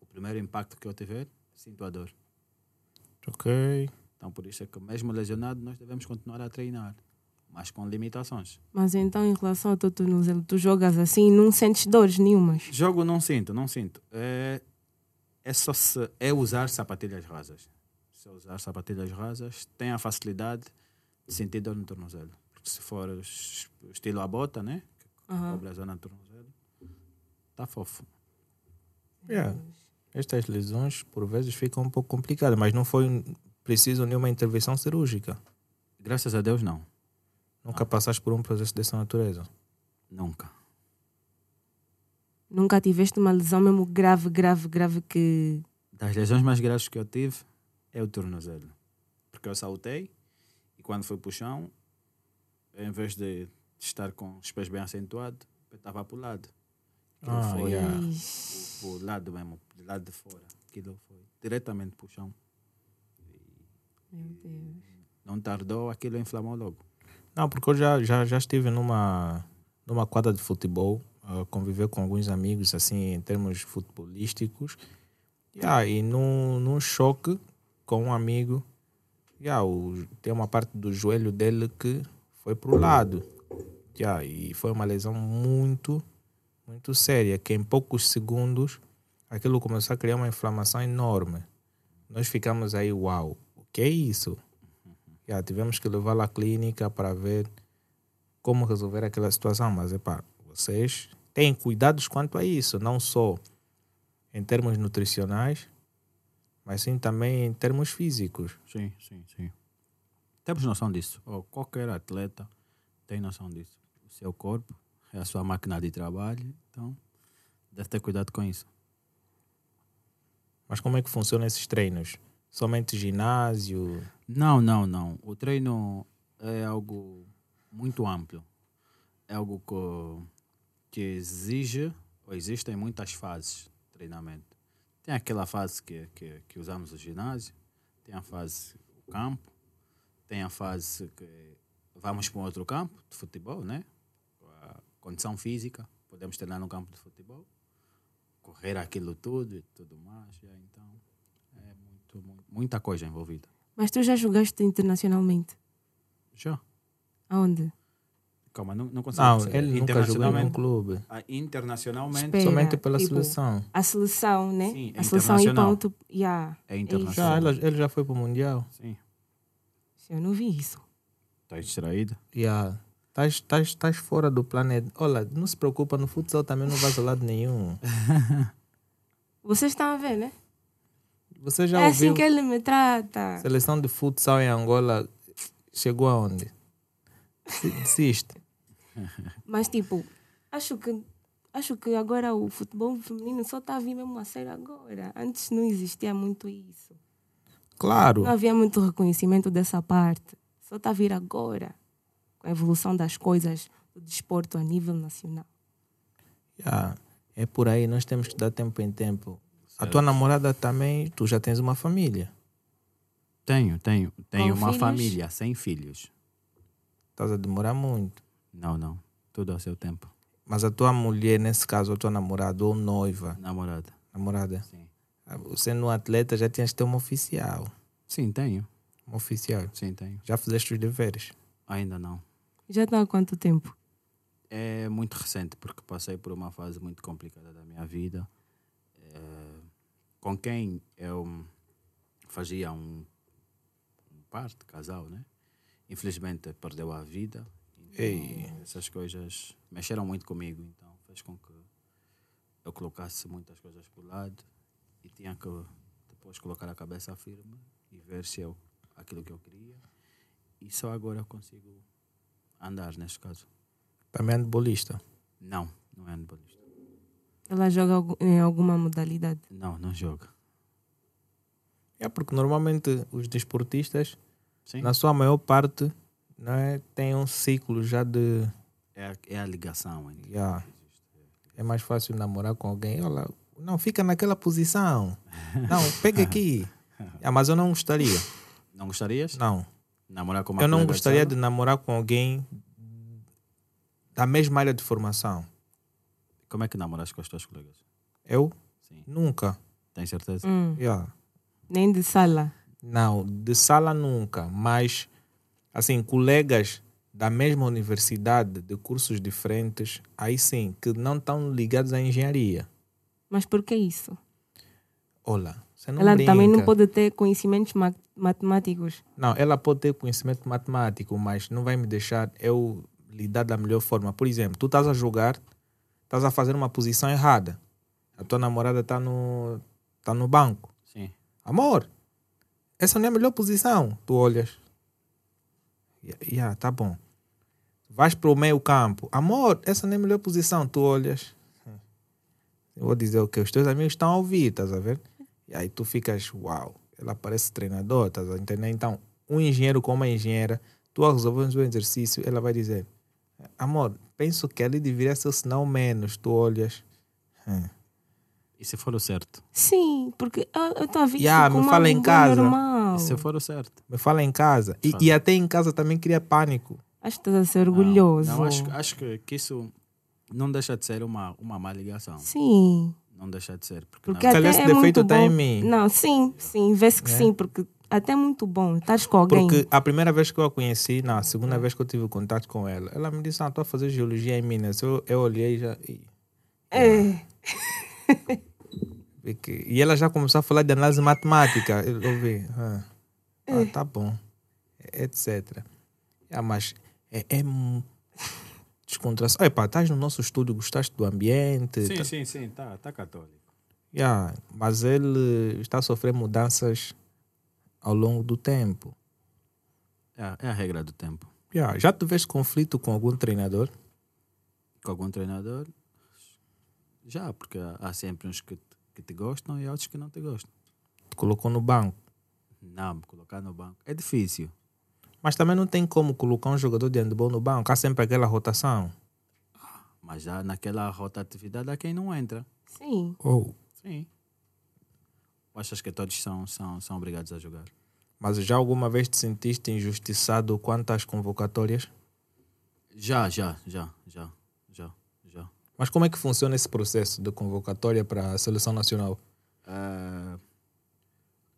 o primeiro impacto que eu tiver, sinto a dor.
Ok.
Então, por isso é que, mesmo lesionado, nós devemos continuar a treinar, mas com limitações.
Mas então, em relação ao teu tornozelo, tu jogas assim e não sentes dores nenhumas.
Jogo, não sinto, não sinto. É, é só se, é usar sapatilhas rasas. Se eu usar sapatilhas rasas, tem a facilidade de sentir dor no tornozelo. Porque se for es- estilo a bota, né? Que
Aham.
cobre a zona do tornozelo, tá fofo.
Yeah. É, Estas lesões, por vezes, ficam um pouco complicadas, mas não foi preciso nenhuma intervenção cirúrgica.
Graças a Deus, não.
Nunca passaste por um processo dessa natureza.
Nunca.
Nunca tiveste uma lesão mesmo grave, grave, grave que.
das lesões mais graves que eu tive é o tornozelo. Porque eu saltei e quando fui para o chão, em vez de estar com os pés bem acentuados, eu estava para o lado. Aquilo
Ah,
foi
yeah.
Ixi.
para o lado mesmo, do lado de fora. Aquilo foi diretamente para o chão.
Meu Deus.
Não tardou, aquilo inflamou logo.
Não, porque eu já, já, já estive numa, numa quadra de futebol, a conviver com alguns amigos, assim, em termos futebolísticos. Yeah, e num, num choque com um amigo, yeah, o, tem uma parte do joelho dele que foi pro lado. Yeah, e foi uma lesão muito, muito séria, que em poucos segundos aquilo começou a criar uma inflamação enorme. Nós ficamos aí, uau, o que é isso? Já tivemos que levá-la à clínica para ver como resolver aquela situação. Mas, epá, vocês têm cuidados quanto a isso, não só em termos nutricionais, mas sim também em termos físicos.
Sim, sim, sim. Temos noção disso. Ou qualquer atleta tem noção disso. O seu corpo é a sua máquina de trabalho, então deve ter cuidado com isso.
Mas como é que funcionam esses treinos? Somente ginásio?
Não, não, não. O treino é algo muito amplo. É algo co- que, exige, ou existem muitas fases de treinamento. Tem aquela fase que, que, que usamos o ginásio, tem a fase o campo, tem a fase que vamos para um outro campo de futebol, né? A condição física, podemos treinar no campo de futebol, correr aquilo tudo e tudo mais. já, Então, é muito, muito, muita coisa envolvida.
Mas tu já jogaste internacionalmente?
Já.
Aonde?
Calma, não, não consigo
Não,
perceber.
ele nunca jogou em um
internacionalmente,
clube.
Ah, internacionalmente
Espera,
Somente pela
tipo,
seleção.
A seleção, né?
Sim, é
a seleção ir para
internacional.
outro. Yeah.
é
Já,
internacional.
ela- ele já foi para o Mundial.
Sim.
Eu não vi isso.
Estás distraída?
Yeah. Estás, estás, estás fora do planeta. Olha, não se preocupa, no futsal também não vais a lado nenhum.
Vocês estão a ver, né?
Você já
é
ouviu?
assim que ele me trata.
Seleção de futsal em Angola chegou aonde? Se- Desiste.
Mas tipo, acho que acho que agora o futebol feminino só está a vir mesmo a sério agora. Antes não existia muito isso.
Claro.
Não havia muito reconhecimento dessa parte. Só está a vir agora. Com a evolução das coisas do desporto a nível nacional.
Ah, é por aí, nós temos que dar tempo em tempo. A tua namorada também, tu já tens uma família.
Tenho, tenho. Tenho uma
filhos?
família sem filhos.
Estás a demorar muito.
Não, não. Tudo ao seu tempo.
Mas a tua mulher, nesse caso, a tua namorada ou noiva,
Namorada.
namorada,
Sim.
ah, sendo um atleta, já tens de ter uma oficial.
Sim, tenho.
Uma oficial.
Sim, tenho.
Já fizeste os deveres.
Ainda não.
Já está há quanto tempo?
É muito recente, porque passei por uma fase muito complicada da minha vida. É, com quem eu fazia um, um par de casal, né? Infelizmente perdeu a vida. Então,
Ei.
Essas coisas mexeram muito comigo, então fez com que eu colocasse muitas coisas para o lado e tinha que depois colocar a cabeça firme e ver se eu aquilo que eu queria. E só agora eu consigo andar neste caso.
Também é handbolista.
Não, não é handbolista.
Ela joga algu- em alguma modalidade?
Não, não joga.
É porque normalmente os desportistas,
Sim.
na sua maior parte, não é, têm um ciclo já de.
É, a, é a ligação. Entre...
já É mais fácil namorar com alguém. Olha, não, fica naquela posição. Não, pega aqui. Ah, mas eu não gostaria.
Não gostarias?
Não.
Namorar com uma
Eu não
colega
gostaria de
sala?
namorar com alguém da mesma área de formação.
Como é que namoras com os teus colegas?
Eu?
Sim.
Nunca.
Tens certeza?
Hum,
já
nem de sala.
Não, de sala nunca, mas assim, colegas da mesma universidade, de cursos diferentes, aí sim, que não estão ligados à engenharia.
Mas por que isso?
Olha, você não
ela
brinca.
também não pode ter conhecimentos ma- matemáticos.
Não, ela pode ter conhecimento matemático, mas não vai me deixar eu lidar da melhor forma. Por exemplo, tu estás a jogar, estás a fazer uma posição errada. A tua namorada está no, tá no banco.
Sim.
Amor, essa não é a melhor posição. Tu olhas. Ya, ya, tá bom. Vais para o meio campo. Amor, essa não é a melhor posição. Tu olhas. Eu vou dizer o que? Os teus amigos estão a ouvir, estás a ver? E aí tu ficas, uau, ela parece treinador, estás a entender? Então, um engenheiro com uma engenheira, tu a resolvemos o exercício, ela vai dizer, amor, penso que ali deveria ser o sinal menos. Tu olhas. Hum.
E se for o certo?
Sim, porque eu- eu estou a ver
Yeah,
isso como
me fala em
algo
casa.
é normal.
E se for o certo?
Me fala em casa. E, e até em casa também cria pânico.
Acho que estás a ser orgulhoso.
Não, acho, acho que, que isso não deixa de ser uma, uma má ligação.
Sim,
Não deixa de ser. Porque,
porque
na-
Se
até
calhar esse
é
defeito
muito
tá
bom.
em mim.
Não, sim, sim, vê-se que
Né?
sim, porque até é muito bom. Estás com alguém.
Porque a primeira vez que eu a conheci, não, a segunda vez que eu tive contato com ela, ela me disse, ah, estou a fazer geologia em Minas. Eu, eu olhei e já... e-
É,
e que- E ela já começou a falar de análise matemática. Eu eu vi. Ah,
É.
ah, tá bom. E- Etc. Ah, mas é, é mu- descontração. Olha, pá, estás no nosso estúdio, gostaste do ambiente.
Sim,
tá-
sim, sim. Tá, tá católico.
Yeah, mas ele está a sofrer mudanças ao longo do tempo.
É, a- é a regra do tempo.
Yeah, já tiveste conflito com algum treinador?
Com algum treinador, já, porque há- há sempre uns que, te- que te gostam e outros que não te gostam.
Te colocou no banco.
Não, colocar no banco é difícil.
Mas também não tem como colocar um jogador de handball no banco. Há sempre aquela rotação.
Mas já naquela rotatividade há quem não entra.
sim.
Oh.
Sim. Ou achas que todos são, são, são obrigados a jogar?
Mas já alguma vez te sentiste injustiçado quanto às convocatórias?
Já, já, já, já, já, já.
Mas como é que funciona esse processo de convocatória para a seleção nacional?
Ah,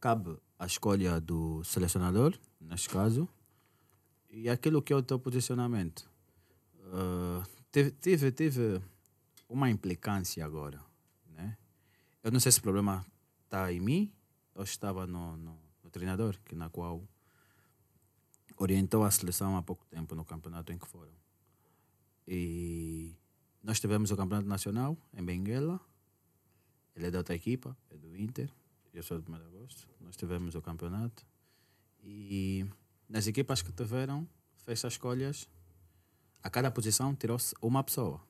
cabe a escolha do selecionador, neste caso, e aquilo que é o teu posicionamento. Ah, tive, tive, tive uma implicância agora, né? Eu não sei se o problema está em mim ou estava no, no, no treinador, que na qual orientou a seleção há pouco tempo no campeonato em que foram. E nós tivemos o campeonato nacional em Benguela. Ele é da outra equipa, é do Inter. Eu sou do 1 de agosto. Nós tivemos o campeonato. E nas equipas que tiveram, fez as escolhas. A cada posição tirou-se uma pessoa.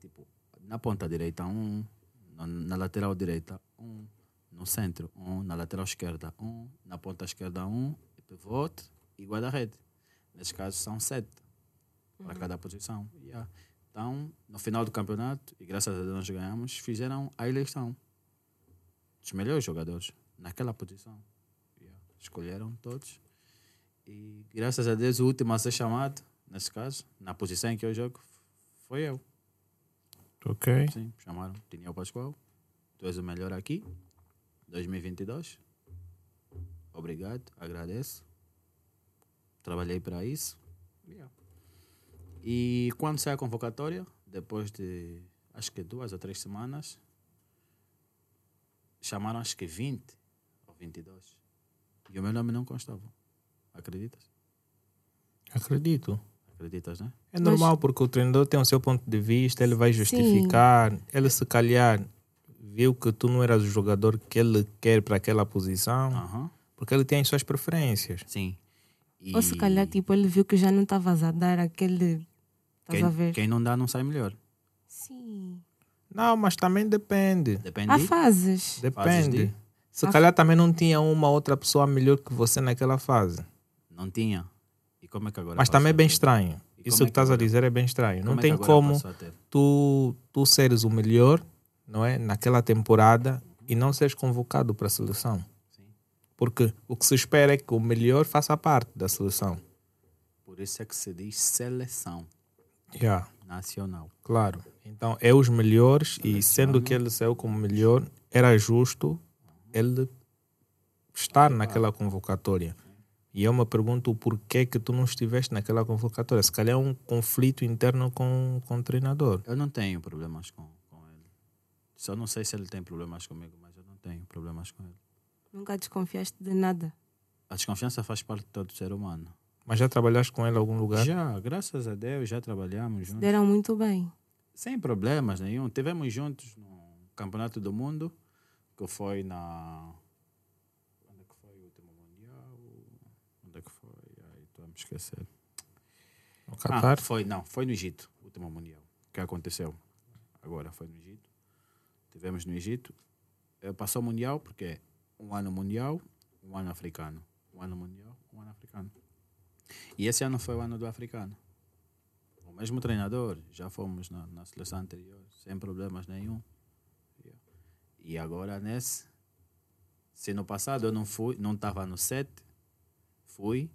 Tipo, na ponta direita um, na, na lateral direita um, no centro um, na lateral esquerda um, na ponta esquerda um, e pivote e guarda-rede. Nesse caso são sete para cada posição. Yeah. Então, no final do campeonato, e graças a Deus nós ganhamos, fizeram a eleição dos melhores jogadores naquela posição. Yeah. Escolheram todos. E graças a Deus, o último a ser chamado, nesse caso, na posição em que eu jogo, foi eu.
Ok.
Sim, chamaram. Daniel Pascoal, tu és o melhor aqui, 2022. Obrigado, agradeço. Trabalhei para isso. E quando sai a convocatória, depois de acho que duas ou três semanas, chamaram acho que 20 ou 22. E o meu nome não constava. Acreditas?
Acredito.
Acreditas, né?
É normal porque o treinador tem o seu ponto de vista, ele vai justificar, ele se calhar viu que tu não eras o jogador que ele quer para aquela
Ah.
posição,
Aham.
porque ele tem as suas preferências.
Sim. E
Ou se calhar, tipo, ele viu que já não estavas a dar aquele. Estás a
quem,
ver?
quem não dá não sai melhor.
Sim.
Não, mas também depende.
Depende.
Há fases.
Fases
Depende.
de-
Se calhar também não tinha uma outra pessoa melhor que você naquela fase.
Não tinha. E como é que agora
Mas
passou
também é
a
bem
ter?
estranho.
E como
Isso
é
que
que
estás a
agora-
dizer é bem estranho. Não
é que
tem
agora
como
passou a ter?
tu, tu seres o melhor, não é? Naquela temporada e não seres convocado para a seleção.
Sim.
Porque o que se espera é que o melhor faça parte da seleção.
Por isso é que se diz seleção
Já,
nacional.
claro. Então é os melhores e sendo que ele saiu como melhor, era justo ele estar naquela convocatória. E é eu me pergunto por que que tu não estiveste naquela convocatória. Se calhar é um conflito interno com, com o treinador.
Eu não tenho problemas com, com ele. Só não sei se ele tem problemas comigo, mas eu não tenho problemas com ele.
Nunca desconfiaste de nada.
A desconfiança faz parte de todo ser humano.
Mas já trabalhaste com ele em algum lugar?
Já, graças a Deus, já trabalhamos juntos.
Deram muito bem.
Sem problemas nenhum. Tivemos juntos no Campeonato do Mundo, que foi na. Onde é que foi o último Mundial? Onde é que foi? Ai, estou a me esquecer.
No Qatar?
Ah, foi, não, foi no Egito, o último mundial. que aconteceu? Agora foi no Egito. Tivemos no Egito. Eh, Passou o mundial porque é um ano mundial, um ano africano. Um ano mundial, um ano africano. E esse ano foi o ano do africano. O mesmo treinador, já fomos na, na seleção anterior, sem problemas nenhum. Yeah. E agora nesse, se no passado eu não fui, não estava no set, fui,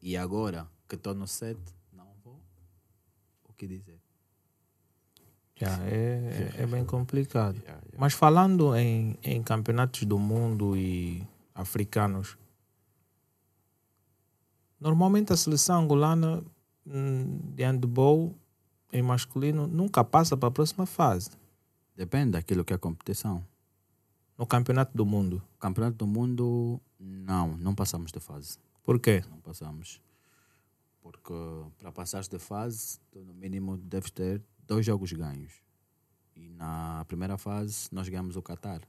e agora que estou no set, não vou. O que dizer?
Já, é, é, é bem complicado. Mas falando em, em campeonatos do mundo e africanos, normalmente a seleção angolana hum, de handball em masculino nunca passa para a próxima fase
Depende daquilo que é competição.
no campeonato do mundo.
Campeonato do Mundo, não, não passamos de fase.
Por quê?
Não passamos. Porque para passares de fase, tu no mínimo deves ter dois jogos ganhos. E na primeira fase, nós ganhamos o Qatar.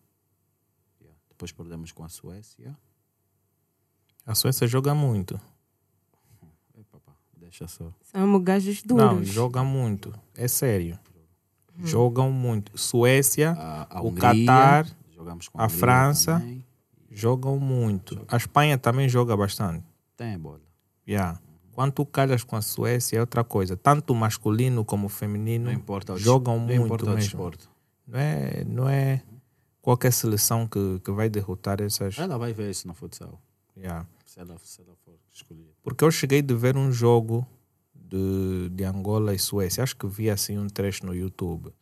Yeah. Depois perdemos com a Suécia.
A Suécia joga muito.
Ei, papá, deixa só.
São mesmo gajos duros.
Não, joga muito. É sério. Jogam muito. Suécia,
A, a
O
Hungria,
Qatar,
jogamos com
a
Hungria
França.
também.
jogam muito. A Espanha também joga bastante.
Tem bola.
Yeah. Quando tu calhas com a Suécia é outra coisa. Tanto o masculino como o feminino
Não importa o des-
jogam
não
muito
importa o
mesmo.
desporto.
Não é, não é qualquer seleção que, que vai derrotar essas.
Ela Ah, vai ver isso no futsal.
Yeah.
Se ela, se ela for escolher.
Porque eu cheguei de ver um jogo de, de Angola e Suécia. Acho que vi assim um trecho no YouTube.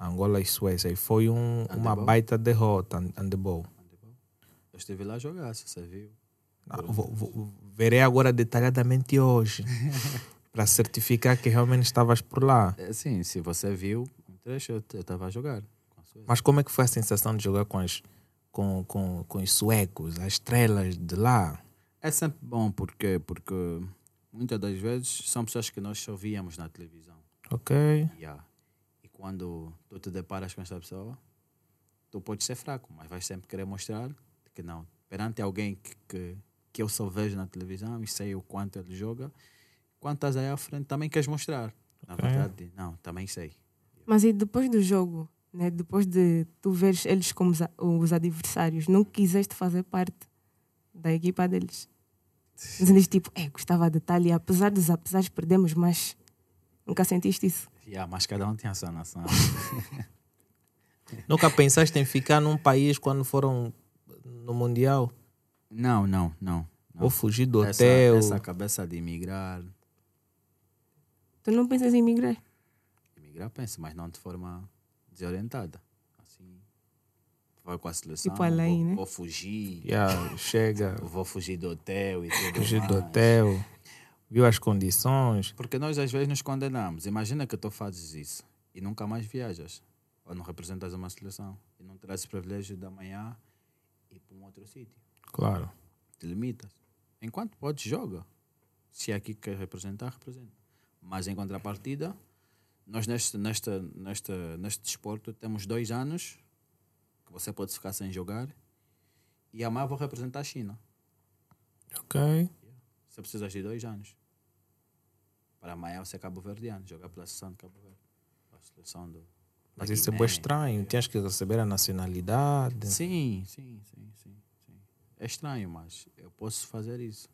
Angola e Suécia. E foi um- uma
Handebol?
baita derrota. and- Handebol.
Eu estive lá jogar, se você viu.
Ah, vou- vou- verei agora detalhadamente hoje. para certificar que realmente estavas por lá.
É, sim, se você viu um trecho, eu estava a jogar. com a Suécia.
Mas como é que foi a sensação de jogar com, as, com, com, com os suecos, as estrelas de lá?
É sempre bom, porque, porque muitas das vezes são pessoas que nós só víamos na televisão.
Ok.
Yeah. E quando tu te deparas com essa pessoa, tu podes ser fraco, mas vais sempre querer mostrar que não. Perante alguém que, que, que eu só vejo na televisão e sei o quanto ele joga, quando estás aí à frente também queres mostrar. Na
Ok.
verdade, não, também sei.
Mas e depois do jogo, né? depois de tu veres eles como os a- os adversários, não quiseste fazer parte da equipa deles? Dizendo tipo, é, gostava de tal e apesar dos apesares perdemos, mas nunca sentiste isso.
Yeah, mas cada um tem a sua nação.
Nunca pensaste em ficar num país quando foram no Mundial?
não, não, não. não.
Ou fugir do
essa,
hotel?
essa cabeça de emigrar,
Tu não pensas em migrar?
emigrar penso, mas não de forma desorientada. Assim, vai com a seleção,
Tipo além,
vou,
né?
vou fugir,
Yeah, chega,
vou fugir do hotel e tudo
fugir do
mais.
hotel, viu as condições.
Porque nós às vezes nos condenamos. Imagina que tu fazes isso e nunca mais viajas. Ou não representas uma seleção. E não terás o privilégio de amanhã ir para um outro sítio.
Claro.
Te limitas. Enquanto podes, joga. Se é aqui que queres representar, representa. Mas em contrapartida, nós neste, nesta, nesta, neste desporto temos dois anos que você pode ficar sem jogar. E amanhã vou representar a China.
Ok.
Você precisa de dois anos. Para amanhã você é Cabo Verdeano, jogar pela seleção de Cabo Verde. A seleção do.
Mas
da
isso é
Guiné.
bem estranho. Tens que receber a nacionalidade.
Sim, sim, sim, sim, sim. É estranho, mas eu posso fazer isso.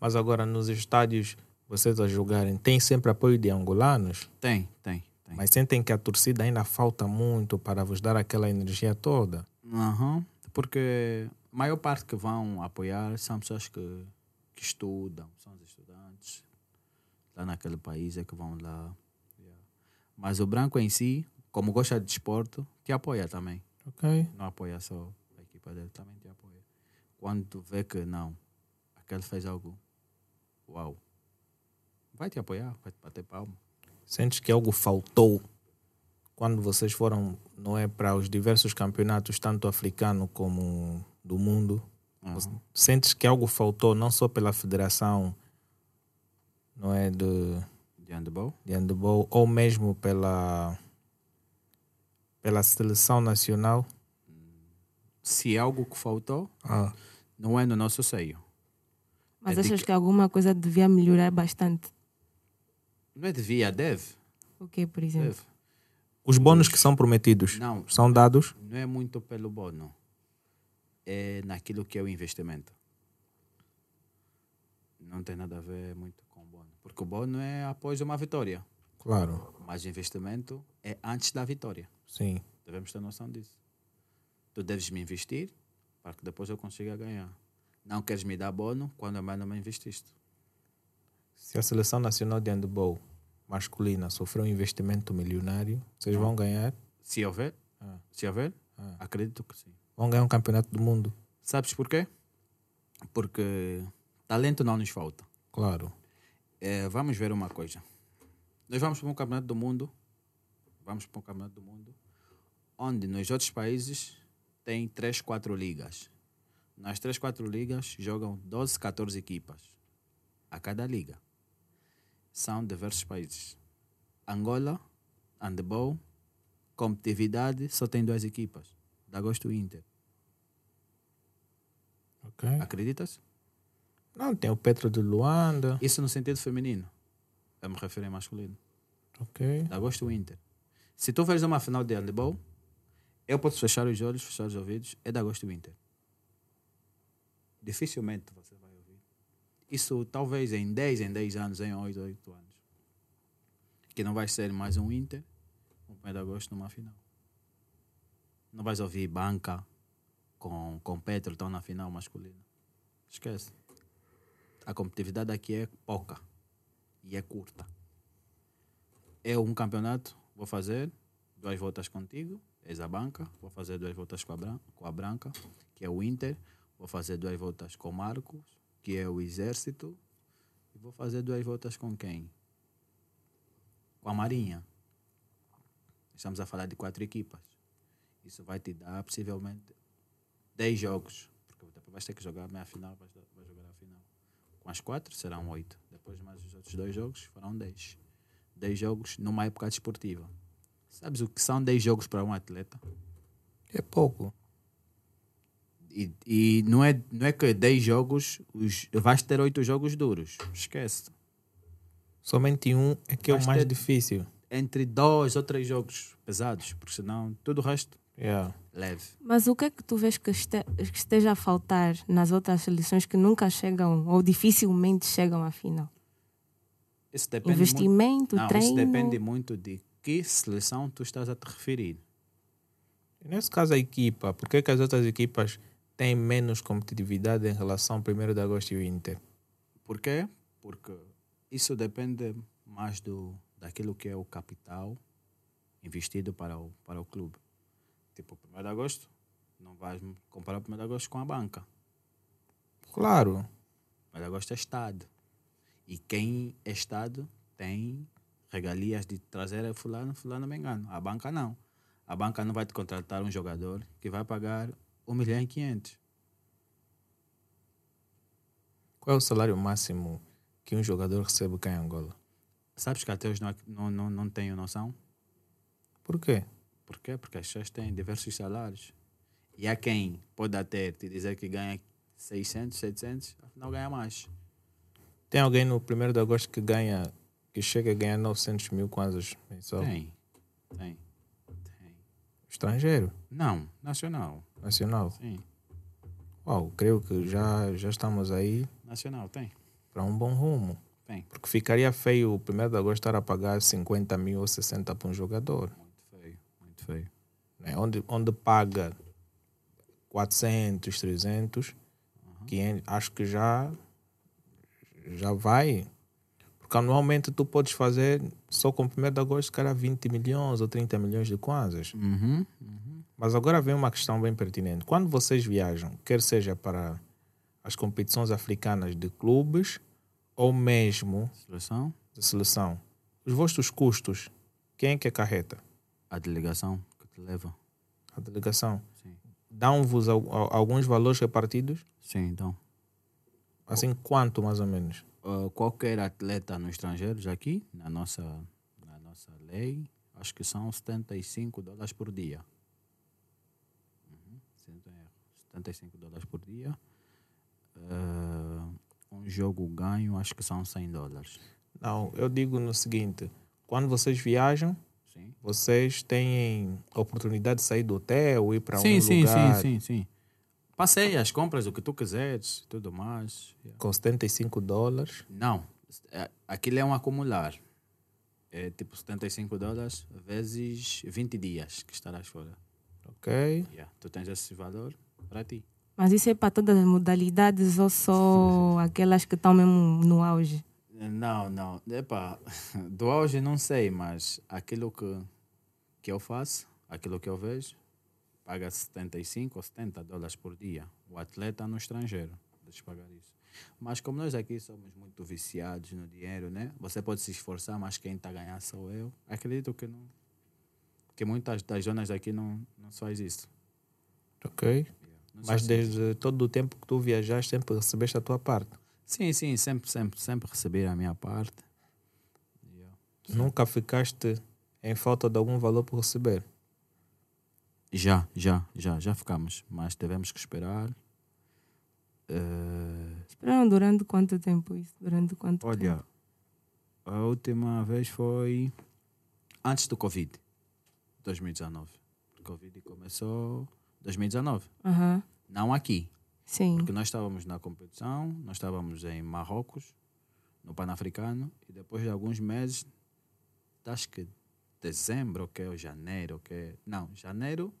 Mas agora nos estádios, vocês a jogarem, tem sempre apoio de angolanos,
Tem, tem, tem.
mas sentem que a torcida ainda falta muito para vos dar aquela energia toda.
Aham. Porque a maior parte que vão apoiar são pessoas que, que estudam, são os estudantes lá naquele país é que vão lá. Yeah. Mas o branco em si, como gosta de desporto, te apoia também.
Ok.
não apoia só a equipa dele, também te apoia. Quando tu vê que não, aquele fez algo, uau, vai te apoiar, vai te bater palma.
Sentes que algo faltou quando vocês foram, não é, para os diversos campeonatos, tanto africano como do mundo? Você- Sentes que algo faltou, não só pela federação, não é, de,
De handball?
de handball, ou mesmo pela, pela seleção nacional?
Se é algo que faltou,
Ah.
não é no nosso seio.
Mas
É de
achas
que-
que alguma coisa devia melhorar bastante?
Não é devia, deve.
O que, por exemplo?
deve.
Os bônus que são prometidos
Não,
são dados?
não é muito pelo bono. É naquilo que é o investimento. Não tem nada a ver muito com o bono. Porque o bono é após uma vitória.
Claro,
Mas o investimento é antes da vitória.
sim.
Devemos ter noção disso. Tu deves me investir para que depois eu consiga ganhar. Não queres me dar bono quando a mãe não me investiste.
Se a seleção nacional de handball masculina sofreu um investimento milionário, vocês vão ganhar,
Se houver,
Ah.
se houver,
Ah.
acredito que sim.
vão ganhar um campeonato do mundo,
Sabes porquê? Porque talento não nos falta.
claro.
Eh, vamos ver uma coisa. Nós vamos para um campeonato do mundo, vamos para um campeonato do mundo, onde nos outros países tem três, quatro ligas. Nas três, quatro ligas jogam 12, 14 equipas a cada liga. São diversos países. Angola, handball, competitividade, só tem duas equipas. Dagosto e Inter.
Ok.
Acreditas?
Não, tem o Petro de Luanda,
Isso no sentido feminino. Eu me refiro em masculino.
ok.
Eu gosto do Inter. Se tu veres uma final de handball, eu posso fechar os olhos, fechar os ouvidos, é da gosto do Inter. Dificilmente você vai ouvir. Isso talvez em 10, em 10 anos, em 8, 8 anos. Que não vai ser mais um Inter, um pé de agosto numa final. Não vais ouvir banca com, com Petro estão na final masculina. Esquece. A competitividade aqui é pouca e é curta é um campeonato, vou fazer duas voltas contigo, és a banca, vou fazer duas voltas com a, branca, com a branca, que é o Inter, vou fazer duas voltas com o Marcos, que é o Exército, e vou fazer duas voltas com quem? Com a Marinha. Estamos a falar de quatro equipas. Isso vai te dar possivelmente 10 jogos, porque depois vais ter que jogar a meia final, vais, vais jogar a final. Com as quatro serão oito. Depois mais os outros dois jogos, farão 10 10 jogos numa época desportiva. Sabes o que são 10 jogos para um atleta?
É pouco.
E, e não, é, não é que 10 jogos, os, vais ter 8 jogos duros. Esquece.
Somente um é que é o
Mas
mais
tem-
difícil.
Entre 2 ou 3 jogos pesados, porque senão todo o resto
Yeah.
leve.
Mas o que é que tu vês que, este- que esteja a faltar nas outras seleções que nunca chegam ou dificilmente chegam à final?
Isso depende muito-
Investimento,
Não,
treino.
isso depende muito de que seleção tu estás a te referir.
Nesse caso, a equipa, por que que as outras equipas têm menos competitividade em relação ao 1 de agosto e o Inter?
Por quê? Porque isso depende mais do, daquilo que é o capital investido para o, para o clube. Tipo, 1 de agosto, não vais comparar o 1 de agosto com a banca.
Claro,
1 de agosto é Estado. E quem é Estado tem regalias de trazer fulano, fulano, me engano. A banca não. A banca não vai te contratar um jogador que vai pagar 1 milhão e 500.
qual é o salário máximo que um jogador recebe cá em Angola?
Sabes que até hoje não, é, não, não, não tenho noção?
Por quê?
Por quê? Porque as pessoas têm diversos salários. E há quem pode até te dizer que ganha 600, 700, afinal ganha mais.
Tem alguém no 1 de agosto que ganha, que chega a ganhar 900 mil kwanzas mensal?
Tem, tem, tem.
Estrangeiro,
Não, nacional,
nacional.
sim.
Uau, creio que já, já estamos aí
Nacional, tem,
para um bom rumo.
tem.
Porque ficaria feio o 1 de agosto estar a pagar 50 mil ou 60 para um jogador.
Muito feio, muito feio.
né? onde, onde paga 400, 300, 500, acho que já, já vai. Porque anualmente tu podes fazer só com o 1 de agosto, cara, 20 milhões ou 30 milhões de kwanzas.
Uhum.
Mas agora vem uma questão bem pertinente. Quando vocês viajam, quer seja para as competições africanas de clubes ou mesmo
Seleção,
de seleção, os vossos custos, quem é que acarreta?
a delegação que te leva.
A delegação?
Sim,
dão-vos al- al- alguns valores repartidos?
sim então.
Assim, quanto mais ou menos?
Uh, qualquer atleta nos estrangeiros aqui, na nossa, na nossa lei, acho que são 75 dólares por dia. Uhum, se não estou em erro, 75 dólares por dia. Uh, um jogo ganho, acho que são 100 dólares.
Não, eu digo no seguinte: quando vocês viajam,
Sim,
vocês têm a oportunidade de sair do hotel, ir para
sim,
um
sim,
lugar.
sim, sim, sim. Passei as compras, o que tu quiseres, tudo mais. Yeah.
Com 75 dólares,
Não, é- aquilo é um acumular. É tipo 75 dólares vezes 20 dias que estarás fora.
ok?
Yeah, tu tens esse valor para ti.
Mas isso é para todas as modalidades ou só aquelas que estão mesmo no auge?
Não, não. Epá, do auge não sei, mas aquilo que, que eu faço, aquilo que eu vejo, paga 75 ou 70 dólares por dia. O atleta no estrangeiro, deixa pagar isso. Mas como nós aqui somos muito viciados no dinheiro, né? Você pode se esforçar, mas quem está a ganhar sou eu. Acredito que não. Que muitas das zonas aqui não, não faz isso.
Ok?
Não
Mas
sei se-
desde todo o tempo que tu viajaste, sempre recebeste a tua parte.
Sim, sim, sempre, sempre, sempre receber a minha parte. Yeah.
Nunca ficaste em falta de algum valor por receber.
Já, já, já, já ficamos, mas tivemos que esperar. Eh,
Esperaram durante quanto tempo isso? Durante quanto tempo?
olha, a última vez foi antes do Covid, 2019. O Covid começou 2019,
Aham,
não aqui,
sim.
porque nós estávamos na competição, nós estávamos em Marrocos, no Pan-Africano, e depois de alguns meses, acho que dezembro, que ou janeiro, que é, não, janeiro,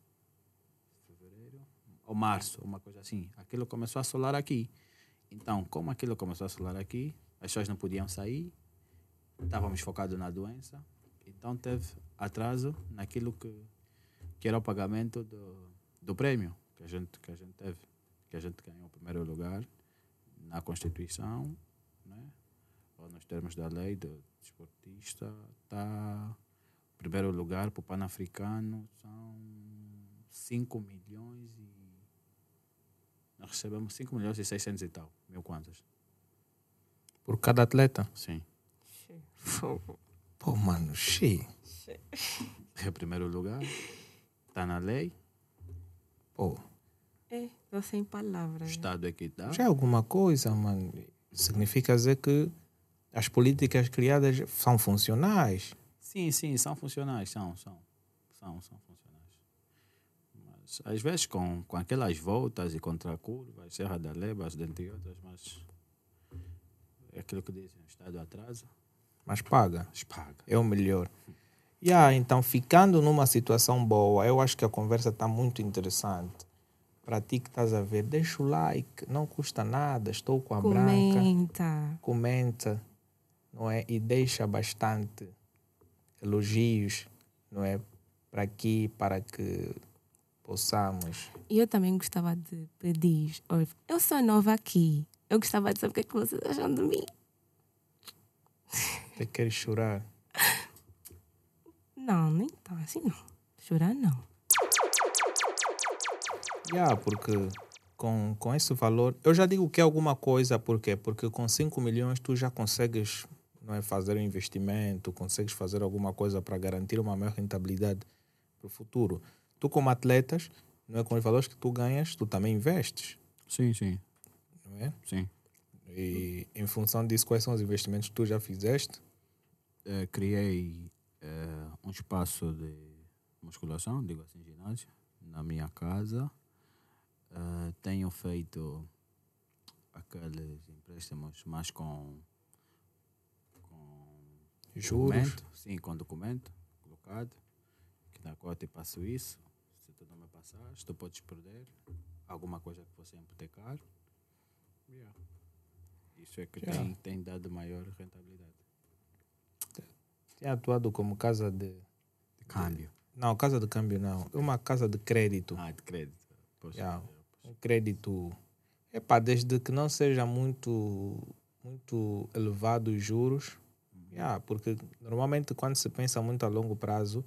fevereiro, ou março, uma coisa assim. Aquilo começou a solar aqui. Então, como aquilo começou a solar aqui, as pessoas não podiam sair, estávamos focados na doença, então teve atraso naquilo que, que era o pagamento do, do prêmio que a, gente, que a gente teve, que a gente ganhou o primeiro lugar na Constituição, né? ou nos termos da lei do desportista, está primeiro lugar para o Pan-Africano, são 5 milhões e. Nós recebemos 5 milhões e 600 e tal, mil quantas?
Por cada atleta.
Sim.
Pô, mano, cheio.
É primeiro lugar. Está na lei.
Pô,
É, estou sem
O
palavras.
Estado é que dá.
já é alguma coisa, mano. Significa dizer que as políticas criadas são funcionais.
Sim, sim, são funcionais, são, são. São, são funcionais. Mas às vezes com, com aquelas voltas e contracurvas, Serra da Lebas, dentre outras, mas é aquilo que dizem, o Estado atrasa,
Mas paga.
mas paga.
É o melhor. Yeah, então, ficando numa situação boa, eu acho que a conversa está muito interessante. Para ti que estás a ver, deixa o like, não custa nada, estou com a branca.
Comenta.
Comenta, não é? E deixa bastante elogios, não é? Para aqui, para que possamos.
E eu também gostava de pedir. olha, Eu sou nova aqui. Eu gostava de saber o que é que vocês acham de mim.
Até queres chorar.
Não, nem tá assim não. Chorar não.
Yeah, porque com, com esse valor, eu já digo que é alguma coisa, por quê? Porque com 5 milhões tu já consegues não é, fazer um investimento, consegues fazer alguma coisa para garantir uma maior rentabilidade para o futuro. Tu, como atletas, não é, com os valores que tu ganhas, tu também investes,
Sim, sim,
não é?
sim.
E em função disso, quais são os investimentos que tu já fizeste?
Eh, criei eh, um espaço de musculação, digo assim, ginásio, na minha casa. Eh, tenho feito aqueles empréstimos, mas com, com
Juros?
Documento, sim, com documento colocado, que na qual eu te passo isso. Se tu não me passares, tu podes perder alguma coisa que você hipotecar. Yeah. Isso é que
Yeah.
tem, tem dado maior rentabilidade.
Tem atuado como casa de.
De câmbio.
Não, casa de câmbio não. É uma casa de crédito.
Ah, de crédito. Poxa,
Yeah. um crédito epá, desde que não seja muito muito elevado os juros yeah, porque normalmente quando se pensa muito a longo prazo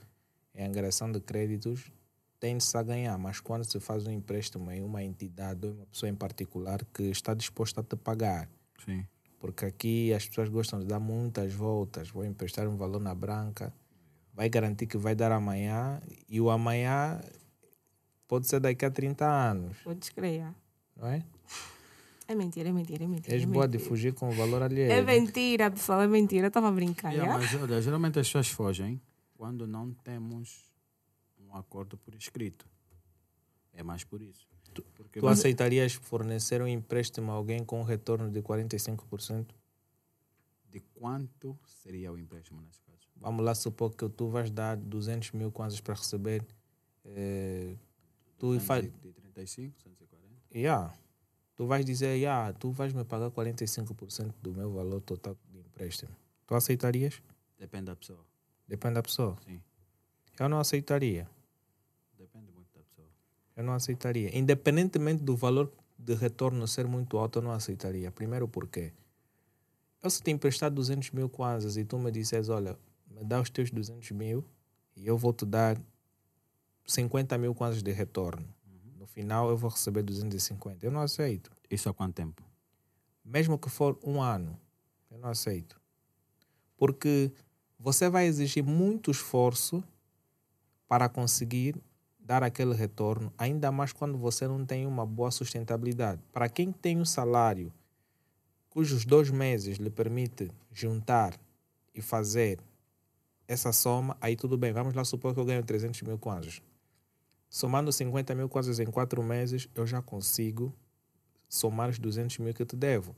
em angariação de créditos tem-se a ganhar, mas quando se faz um empréstimo em uma entidade ou em uma pessoa em particular que está disposta a te pagar
Sim.
porque aqui as pessoas gostam de dar muitas voltas. Vou emprestar um valor na branca, vai garantir que vai dar amanhã, e o amanhã pode ser daqui a 30 anos,
Vou descrear.
não é?
É mentira, é mentira, é mentira.
És
é
boa de
mentira.
fugir com o valor alheio.
É
né?
mentira, pessoal, é mentira. Eu estava a brincar.
Yeah,
já?
mas olha, geralmente as pessoas fogem quando não temos um acordo por escrito. É mais por isso. Porque
Tu aceitarias fornecer um empréstimo a alguém com um retorno de 45%?
de quanto seria o empréstimo nesse caso?
Vamos lá supor que tu vais dar 200 mil kwanzas para receber. eh, tu faz,
De 35, 140?
yeah. tu vais dizer, yeah, tu vais me pagar 45% do meu valor total de empréstimo. Tu aceitarias?
Depende da pessoa.
Depende da pessoa.
Sim,
Eu não aceitaria.
depende muito da pessoa.
Eu não aceitaria. Independentemente do valor de retorno ser muito alto, eu não aceitaria. Primeiro porque eu se te emprestar 200 mil kwanzas e tu me disses, olha, me dá os teus 200 mil e eu vou te dar 50 mil kwanzas de retorno. No final eu vou receber 250. Eu não aceito.
Isso há quanto tempo?
mesmo que for um ano, eu não aceito. Porque você vai exigir muito esforço para conseguir dar aquele retorno, ainda mais quando você não tem uma boa sustentabilidade. Para quem tem um salário cujos dois meses lhe permite juntar e fazer essa soma, aí tudo bem. Vamos lá supor que eu ganho 300 mil kwanzas. Somando 50 mil kwanzas em quatro meses, eu já consigo somar os 200 mil que eu te devo.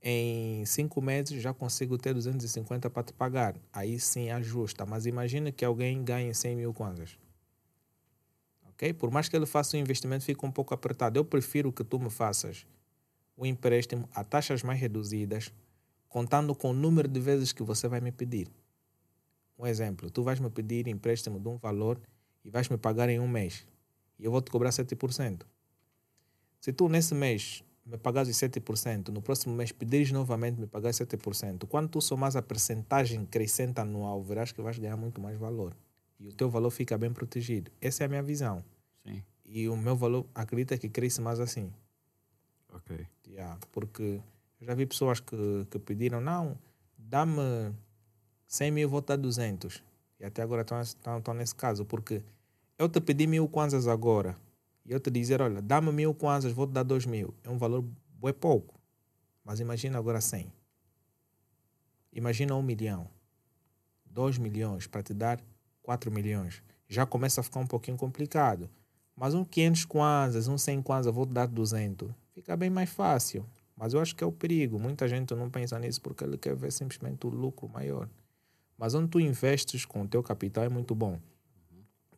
Em cinco meses já consigo ter 250 para te pagar. Aí sim ajusta. Mas imagina que alguém ganhe 100 mil kwanzas. Ok? Por mais que ele faça um investimento, fica um pouco apertado. Eu prefiro que tu me faças o empréstimo a taxas mais reduzidas, contando com o número de vezes que você vai me pedir. Um exemplo, tu vais me pedir empréstimo de um valor e vais me pagar em um mês. E eu vou te cobrar 7%. Se tu nesse mês me pagares os 7%, no próximo mês pedires novamente me pagar os 7%, quando tu somas a percentagem crescente anual, verás que vais ganhar muito mais valor. E o teu valor fica bem protegido. Essa é a minha visão.
Sim.
E o meu valor, acredita que cresce mais assim.
Ok.
Yeah, porque eu já vi pessoas que, que pediram, não, dá-me 100 mil vou estar 200. E até agora estão nesse caso, porque eu te pedi mil kwanzas agora e eu te dizer, olha, dá-me mil kwanzas, vou te dar dois mil. É um valor é pouco. Mas imagina agora 100. Imagina um milhão. 2 milhões para te dar 4 milhões. Já começa a ficar um pouquinho complicado. Mas um 500 kwanzas, um 100 kwanzas, vou te dar 200. Fica bem mais fácil. Mas eu acho que é o perigo. Muita gente não pensa nisso porque ele quer ver simplesmente o lucro maior. Mas onde tu investes com o teu capital é muito bom.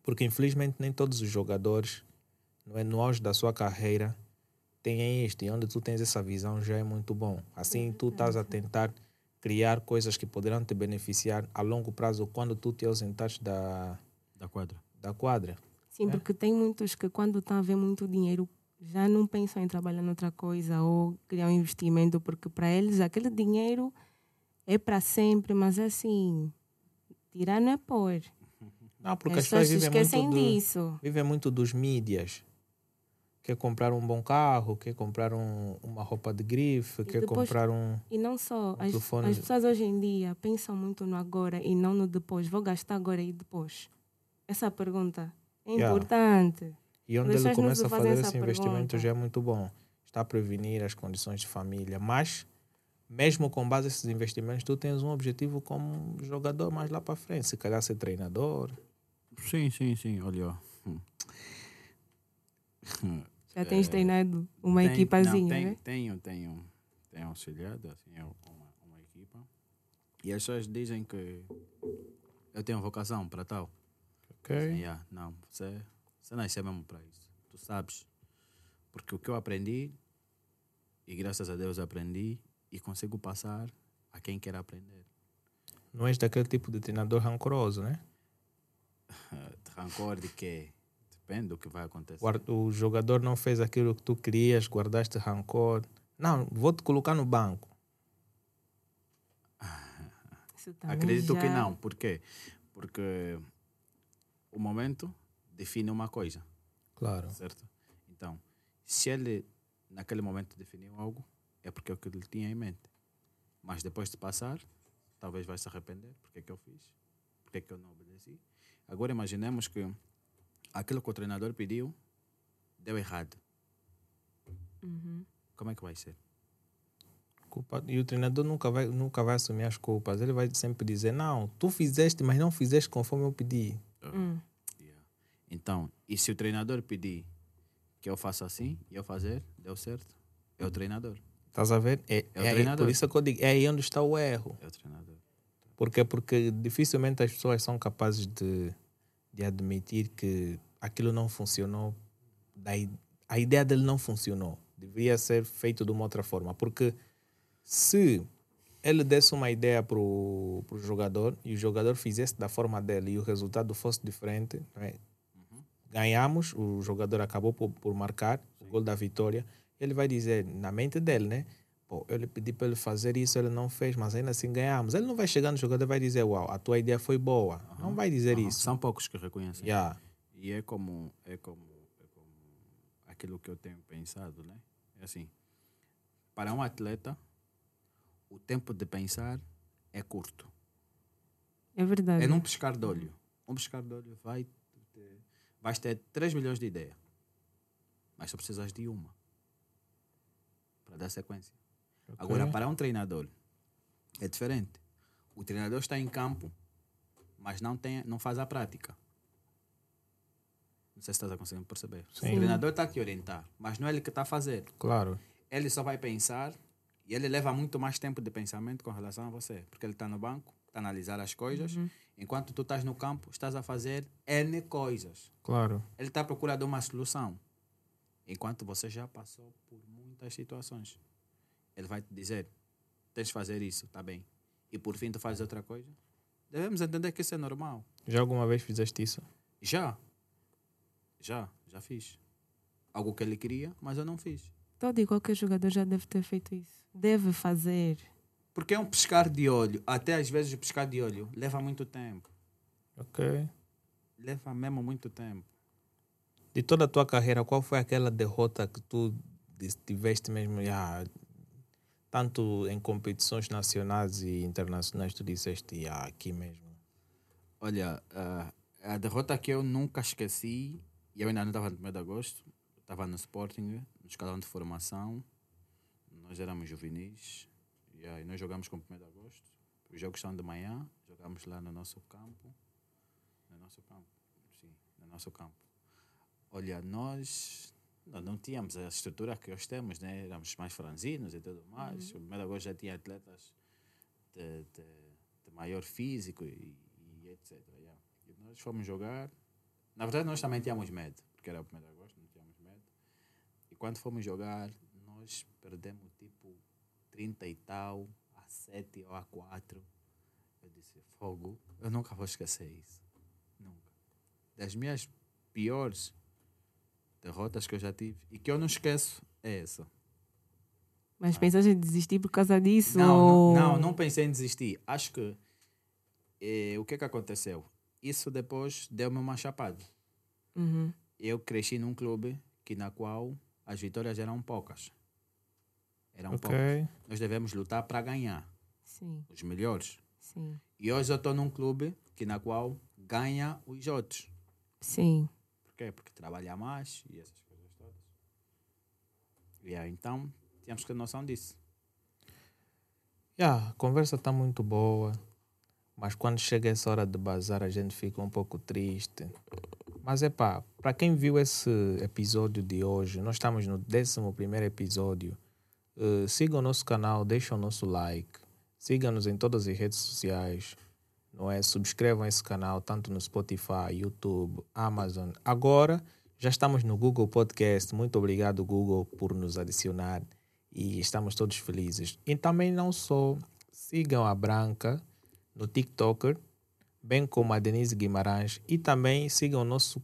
Porque infelizmente nem todos os jogadores, não é, no auge da sua carreira, têm isto. E onde tu tens essa visão já é muito bom.
É
Assim tu estás a tentar criar coisas que poderão te beneficiar a longo prazo quando tu te ausentares da,
da quadra.
Da quadra.
Sim, é? porque tem muitos que quando estão a ver muito dinheiro já não pensam em trabalhar noutra coisa ou criar um investimento, porque para eles aquele dinheiro é para sempre, mas assim, tirar não é pôr.
Não, porque as, pessoas, vivem
esquecem
muito do,
disso.
Vivem muito dos mídias. Quer comprar um bom carro, quer comprar um, uma roupa de grife,
E
quer
depois-
comprar um.
E não só, as,
telefone-
as pessoas hoje em dia pensam muito no agora e não no depois. Vou gastar agora e depois. Essa pergunta é
Yeah.
importante.
E onde
As
ele
pessoas não
começa
se
a
fazem
fazer
essa
esse investimento
pergunta.
já é muito bom. Está a prevenir as condições de família. Mas, mesmo com base nesses investimentos, tu tens um objetivo como jogador mais lá para frente. Se calhar ser treinador.
Sim, sim, sim. Olha, ó.
Já tens treinado uma
Tem-
equipazinha,
É. não, tem-
né?
Tenho, tenho, um, tenho auxiliado, assim, eu- uma, uma equipa. E as pessoas dizem que eu tenho vocação para tal. Sim,
Ok.
yeah, não, você, você nasceu mesmo para isso. Tu sabes. Porque o que eu aprendi, e graças a Deus aprendi, e consigo passar a quem quer aprender.
Não és daquele tipo de treinador rancoroso, né?
Rancor de quê? Depende do que vai acontecer.
Guar- O jogador não fez aquilo que tu querias, guardaste rancor. Não, vou te colocar no banco.
Isso também
Acredito que
já-
não. Por quê? Porque o momento define uma coisa.
Claro.
certo? Então, se ele naquele momento definiu algo, é porque é o que ele tinha em mente. Mas depois de passar, talvez vai se arrepender. Porque é que eu fiz? Porque é que eu não obedeci? Agora imaginemos que aquilo que o treinador pediu deu errado.
Uhum.
Como é que vai ser?
Culpa- E o treinador nunca vai, nunca vai assumir as culpas. Ele vai sempre dizer: Não, tu fizeste, mas não fizeste conforme eu pedi.
Hum.
Então, e se o treinador pedir que eu faça assim e eu fazer, deu certo? É o treinador.
Estás a ver? É,
É o
é aí,
treinador.
por isso que eu digo: é aí onde está o erro.
É o treinador.
Porque, porque dificilmente as pessoas são capazes de, de admitir que aquilo não funcionou. Daí, a ideia dele não funcionou. Deveria ser feito de uma outra forma. Porque se ele desse uma ideia para o jogador e o jogador fizesse da forma dele e o resultado fosse diferente, não é? ganhamos, o jogador acabou por, por marcar o gol da vitória, ele vai dizer na mente dele, né? Pô, eu lhe pedi para ele fazer isso, ele não fez, mas ainda assim ganhamos. Ele não vai chegar no jogador e vai dizer, uau, a tua ideia foi boa. Não vai dizer
Aham,
isso.
São poucos que reconhecem.
Yeah.
E é como, é como, é como aquilo que eu tenho pensado, né? É assim, para um atleta, o tempo de pensar é curto.
É verdade.
É num piscar de olho. Um piscar de olho vai ter, vais ter 3 milhões de ideias. Mas só precisas de uma. Para dar sequência. Agora, para um treinador, é diferente. O treinador está em campo, mas não, tem, não faz a prática. Não sei se estás conseguindo perceber. O treinador está a te orientar, mas não é ele que está a fazer.
Claro.
Ele só vai pensar e ele leva muito mais tempo de pensamento com relação a você. Porque ele está no banco, está a analisar as coisas, enquanto tu estás no campo, estás a fazer N coisas.
Claro.
Ele está à procura de uma solução. Enquanto você já passou por muitas situações. Ele vai te dizer, tens de fazer isso, tá bem. E por fim tu fazes outra coisa. Devemos entender que isso é normal.
Já alguma vez fizeste isso?
Já. Já, já fiz. Algo que ele queria, mas eu não fiz.
Todo e qualquer jogador já deve ter feito isso. Deve fazer.
Porque é um pescar de olho. Até às vezes o pescar de olho leva muito tempo.
Ok.
Leva mesmo muito tempo.
De toda a tua carreira, qual foi aquela derrota que tu dis- tiveste mesmo? Ah, tanto em competições nacionais e internacionais, tu disseste ah, aqui mesmo.
Olha, ah, a derrota que eu nunca esqueci, e eu ainda não estava no 1 de agosto, estava no Sporting, no escalão de formação, nós éramos juvenis, e aí nós jogamos com o 1 de agosto, os jogos são de manhã, jogamos lá no nosso campo, no nosso campo, sim, no nosso campo. Olha, nós não, não tínhamos a estrutura que hoje temos, né? éramos mais franzinos e tudo mais, o 1 de agosto já tinha atletas de, de- de maior físico e, e etc. yeah. E nós fomos jogar. Na verdade, nós também tínhamos medo, porque era o 1 de agosto, não tínhamos medo. E quando fomos jogar, nós perdemos tipo 30 e tal, a 7 ou a 4. Eu disse: Fogo, eu nunca vou esquecer isso. Nunca. Das minhas piores derrotas que eu já tive e que eu não esqueço é essa.
Mas pensaste em desistir por causa disso?
Ah. Não,
ou...
não, não, não pensei em desistir. Acho que eh, o que é que aconteceu? Isso depois deu-me uma chapada.
Uhum.
Eu cresci num clube que na qual as vitórias eram poucas. Eram poucas.
Ok.
Nós devemos lutar para ganhar
Sim,
os melhores.
sim,
E hoje eu estou num clube que na qual ganha os outros.
sim.
Por quê? Porque trabalha mais e essas coisas todas. E aí, então, tínhamos que ter noção disso.
Yeah, a conversa está muito boa, mas quando chega essa hora de bazar a gente fica um pouco triste. Mas é pá, para quem viu esse episódio de hoje, nós estamos no 11 episódio. Eh, siga o nosso canal, deixa o nosso like, siga-nos em todas as redes sociais, não é? Subscrevam esse canal, tanto no Spotify, YouTube, Amazon. Agora já estamos no Google Podcast. Muito obrigado, Google, por nos adicionar e estamos todos felizes. E também não só sigam a Branca no TikToker, bem como a Denise Guimarães e também sigam o nosso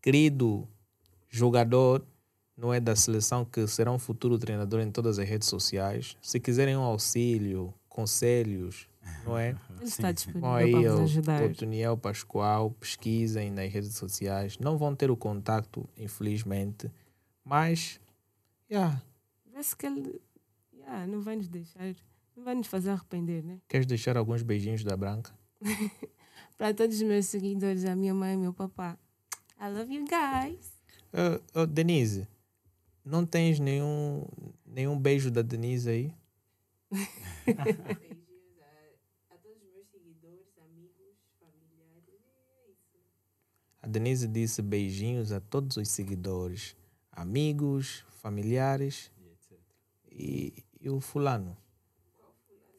querido jogador, não é da seleção que será um futuro treinador em todas as redes sociais. Se quiserem um auxílio, conselhos, não é?
Ele está disponível
Bom, aí
para vos
eu,
ajudar.
Toniel Pascoal, pesquisem nas redes sociais. Não vão ter o contacto, infelizmente, mas yeah,
Parece que ele yeah, não vai nos deixar, não vai nos fazer arrepender, né?
queres deixar alguns beijinhos da Branca?
Para todos os meus seguidores, a minha mãe e meu papá. I love you guys.
Ah, ah, Denise, não tens nenhum, nenhum beijo da Denise aí? A Denise disse beijinhos a todos os seguidores, amigos, familiares e, e o fulano.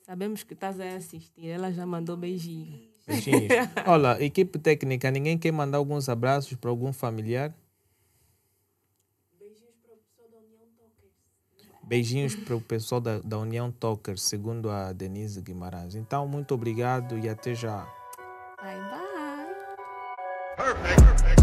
Sabemos que estás a assistir. Ela já mandou beijinho.
Beijinhos. Olha, equipe técnica, ninguém quer mandar alguns abraços para algum familiar? Beijinhos para o pessoal da, da União Talker, segundo a Denise Guimarães. Então, muito obrigado e até já.
Bye, bye.
Perfect. Perfect.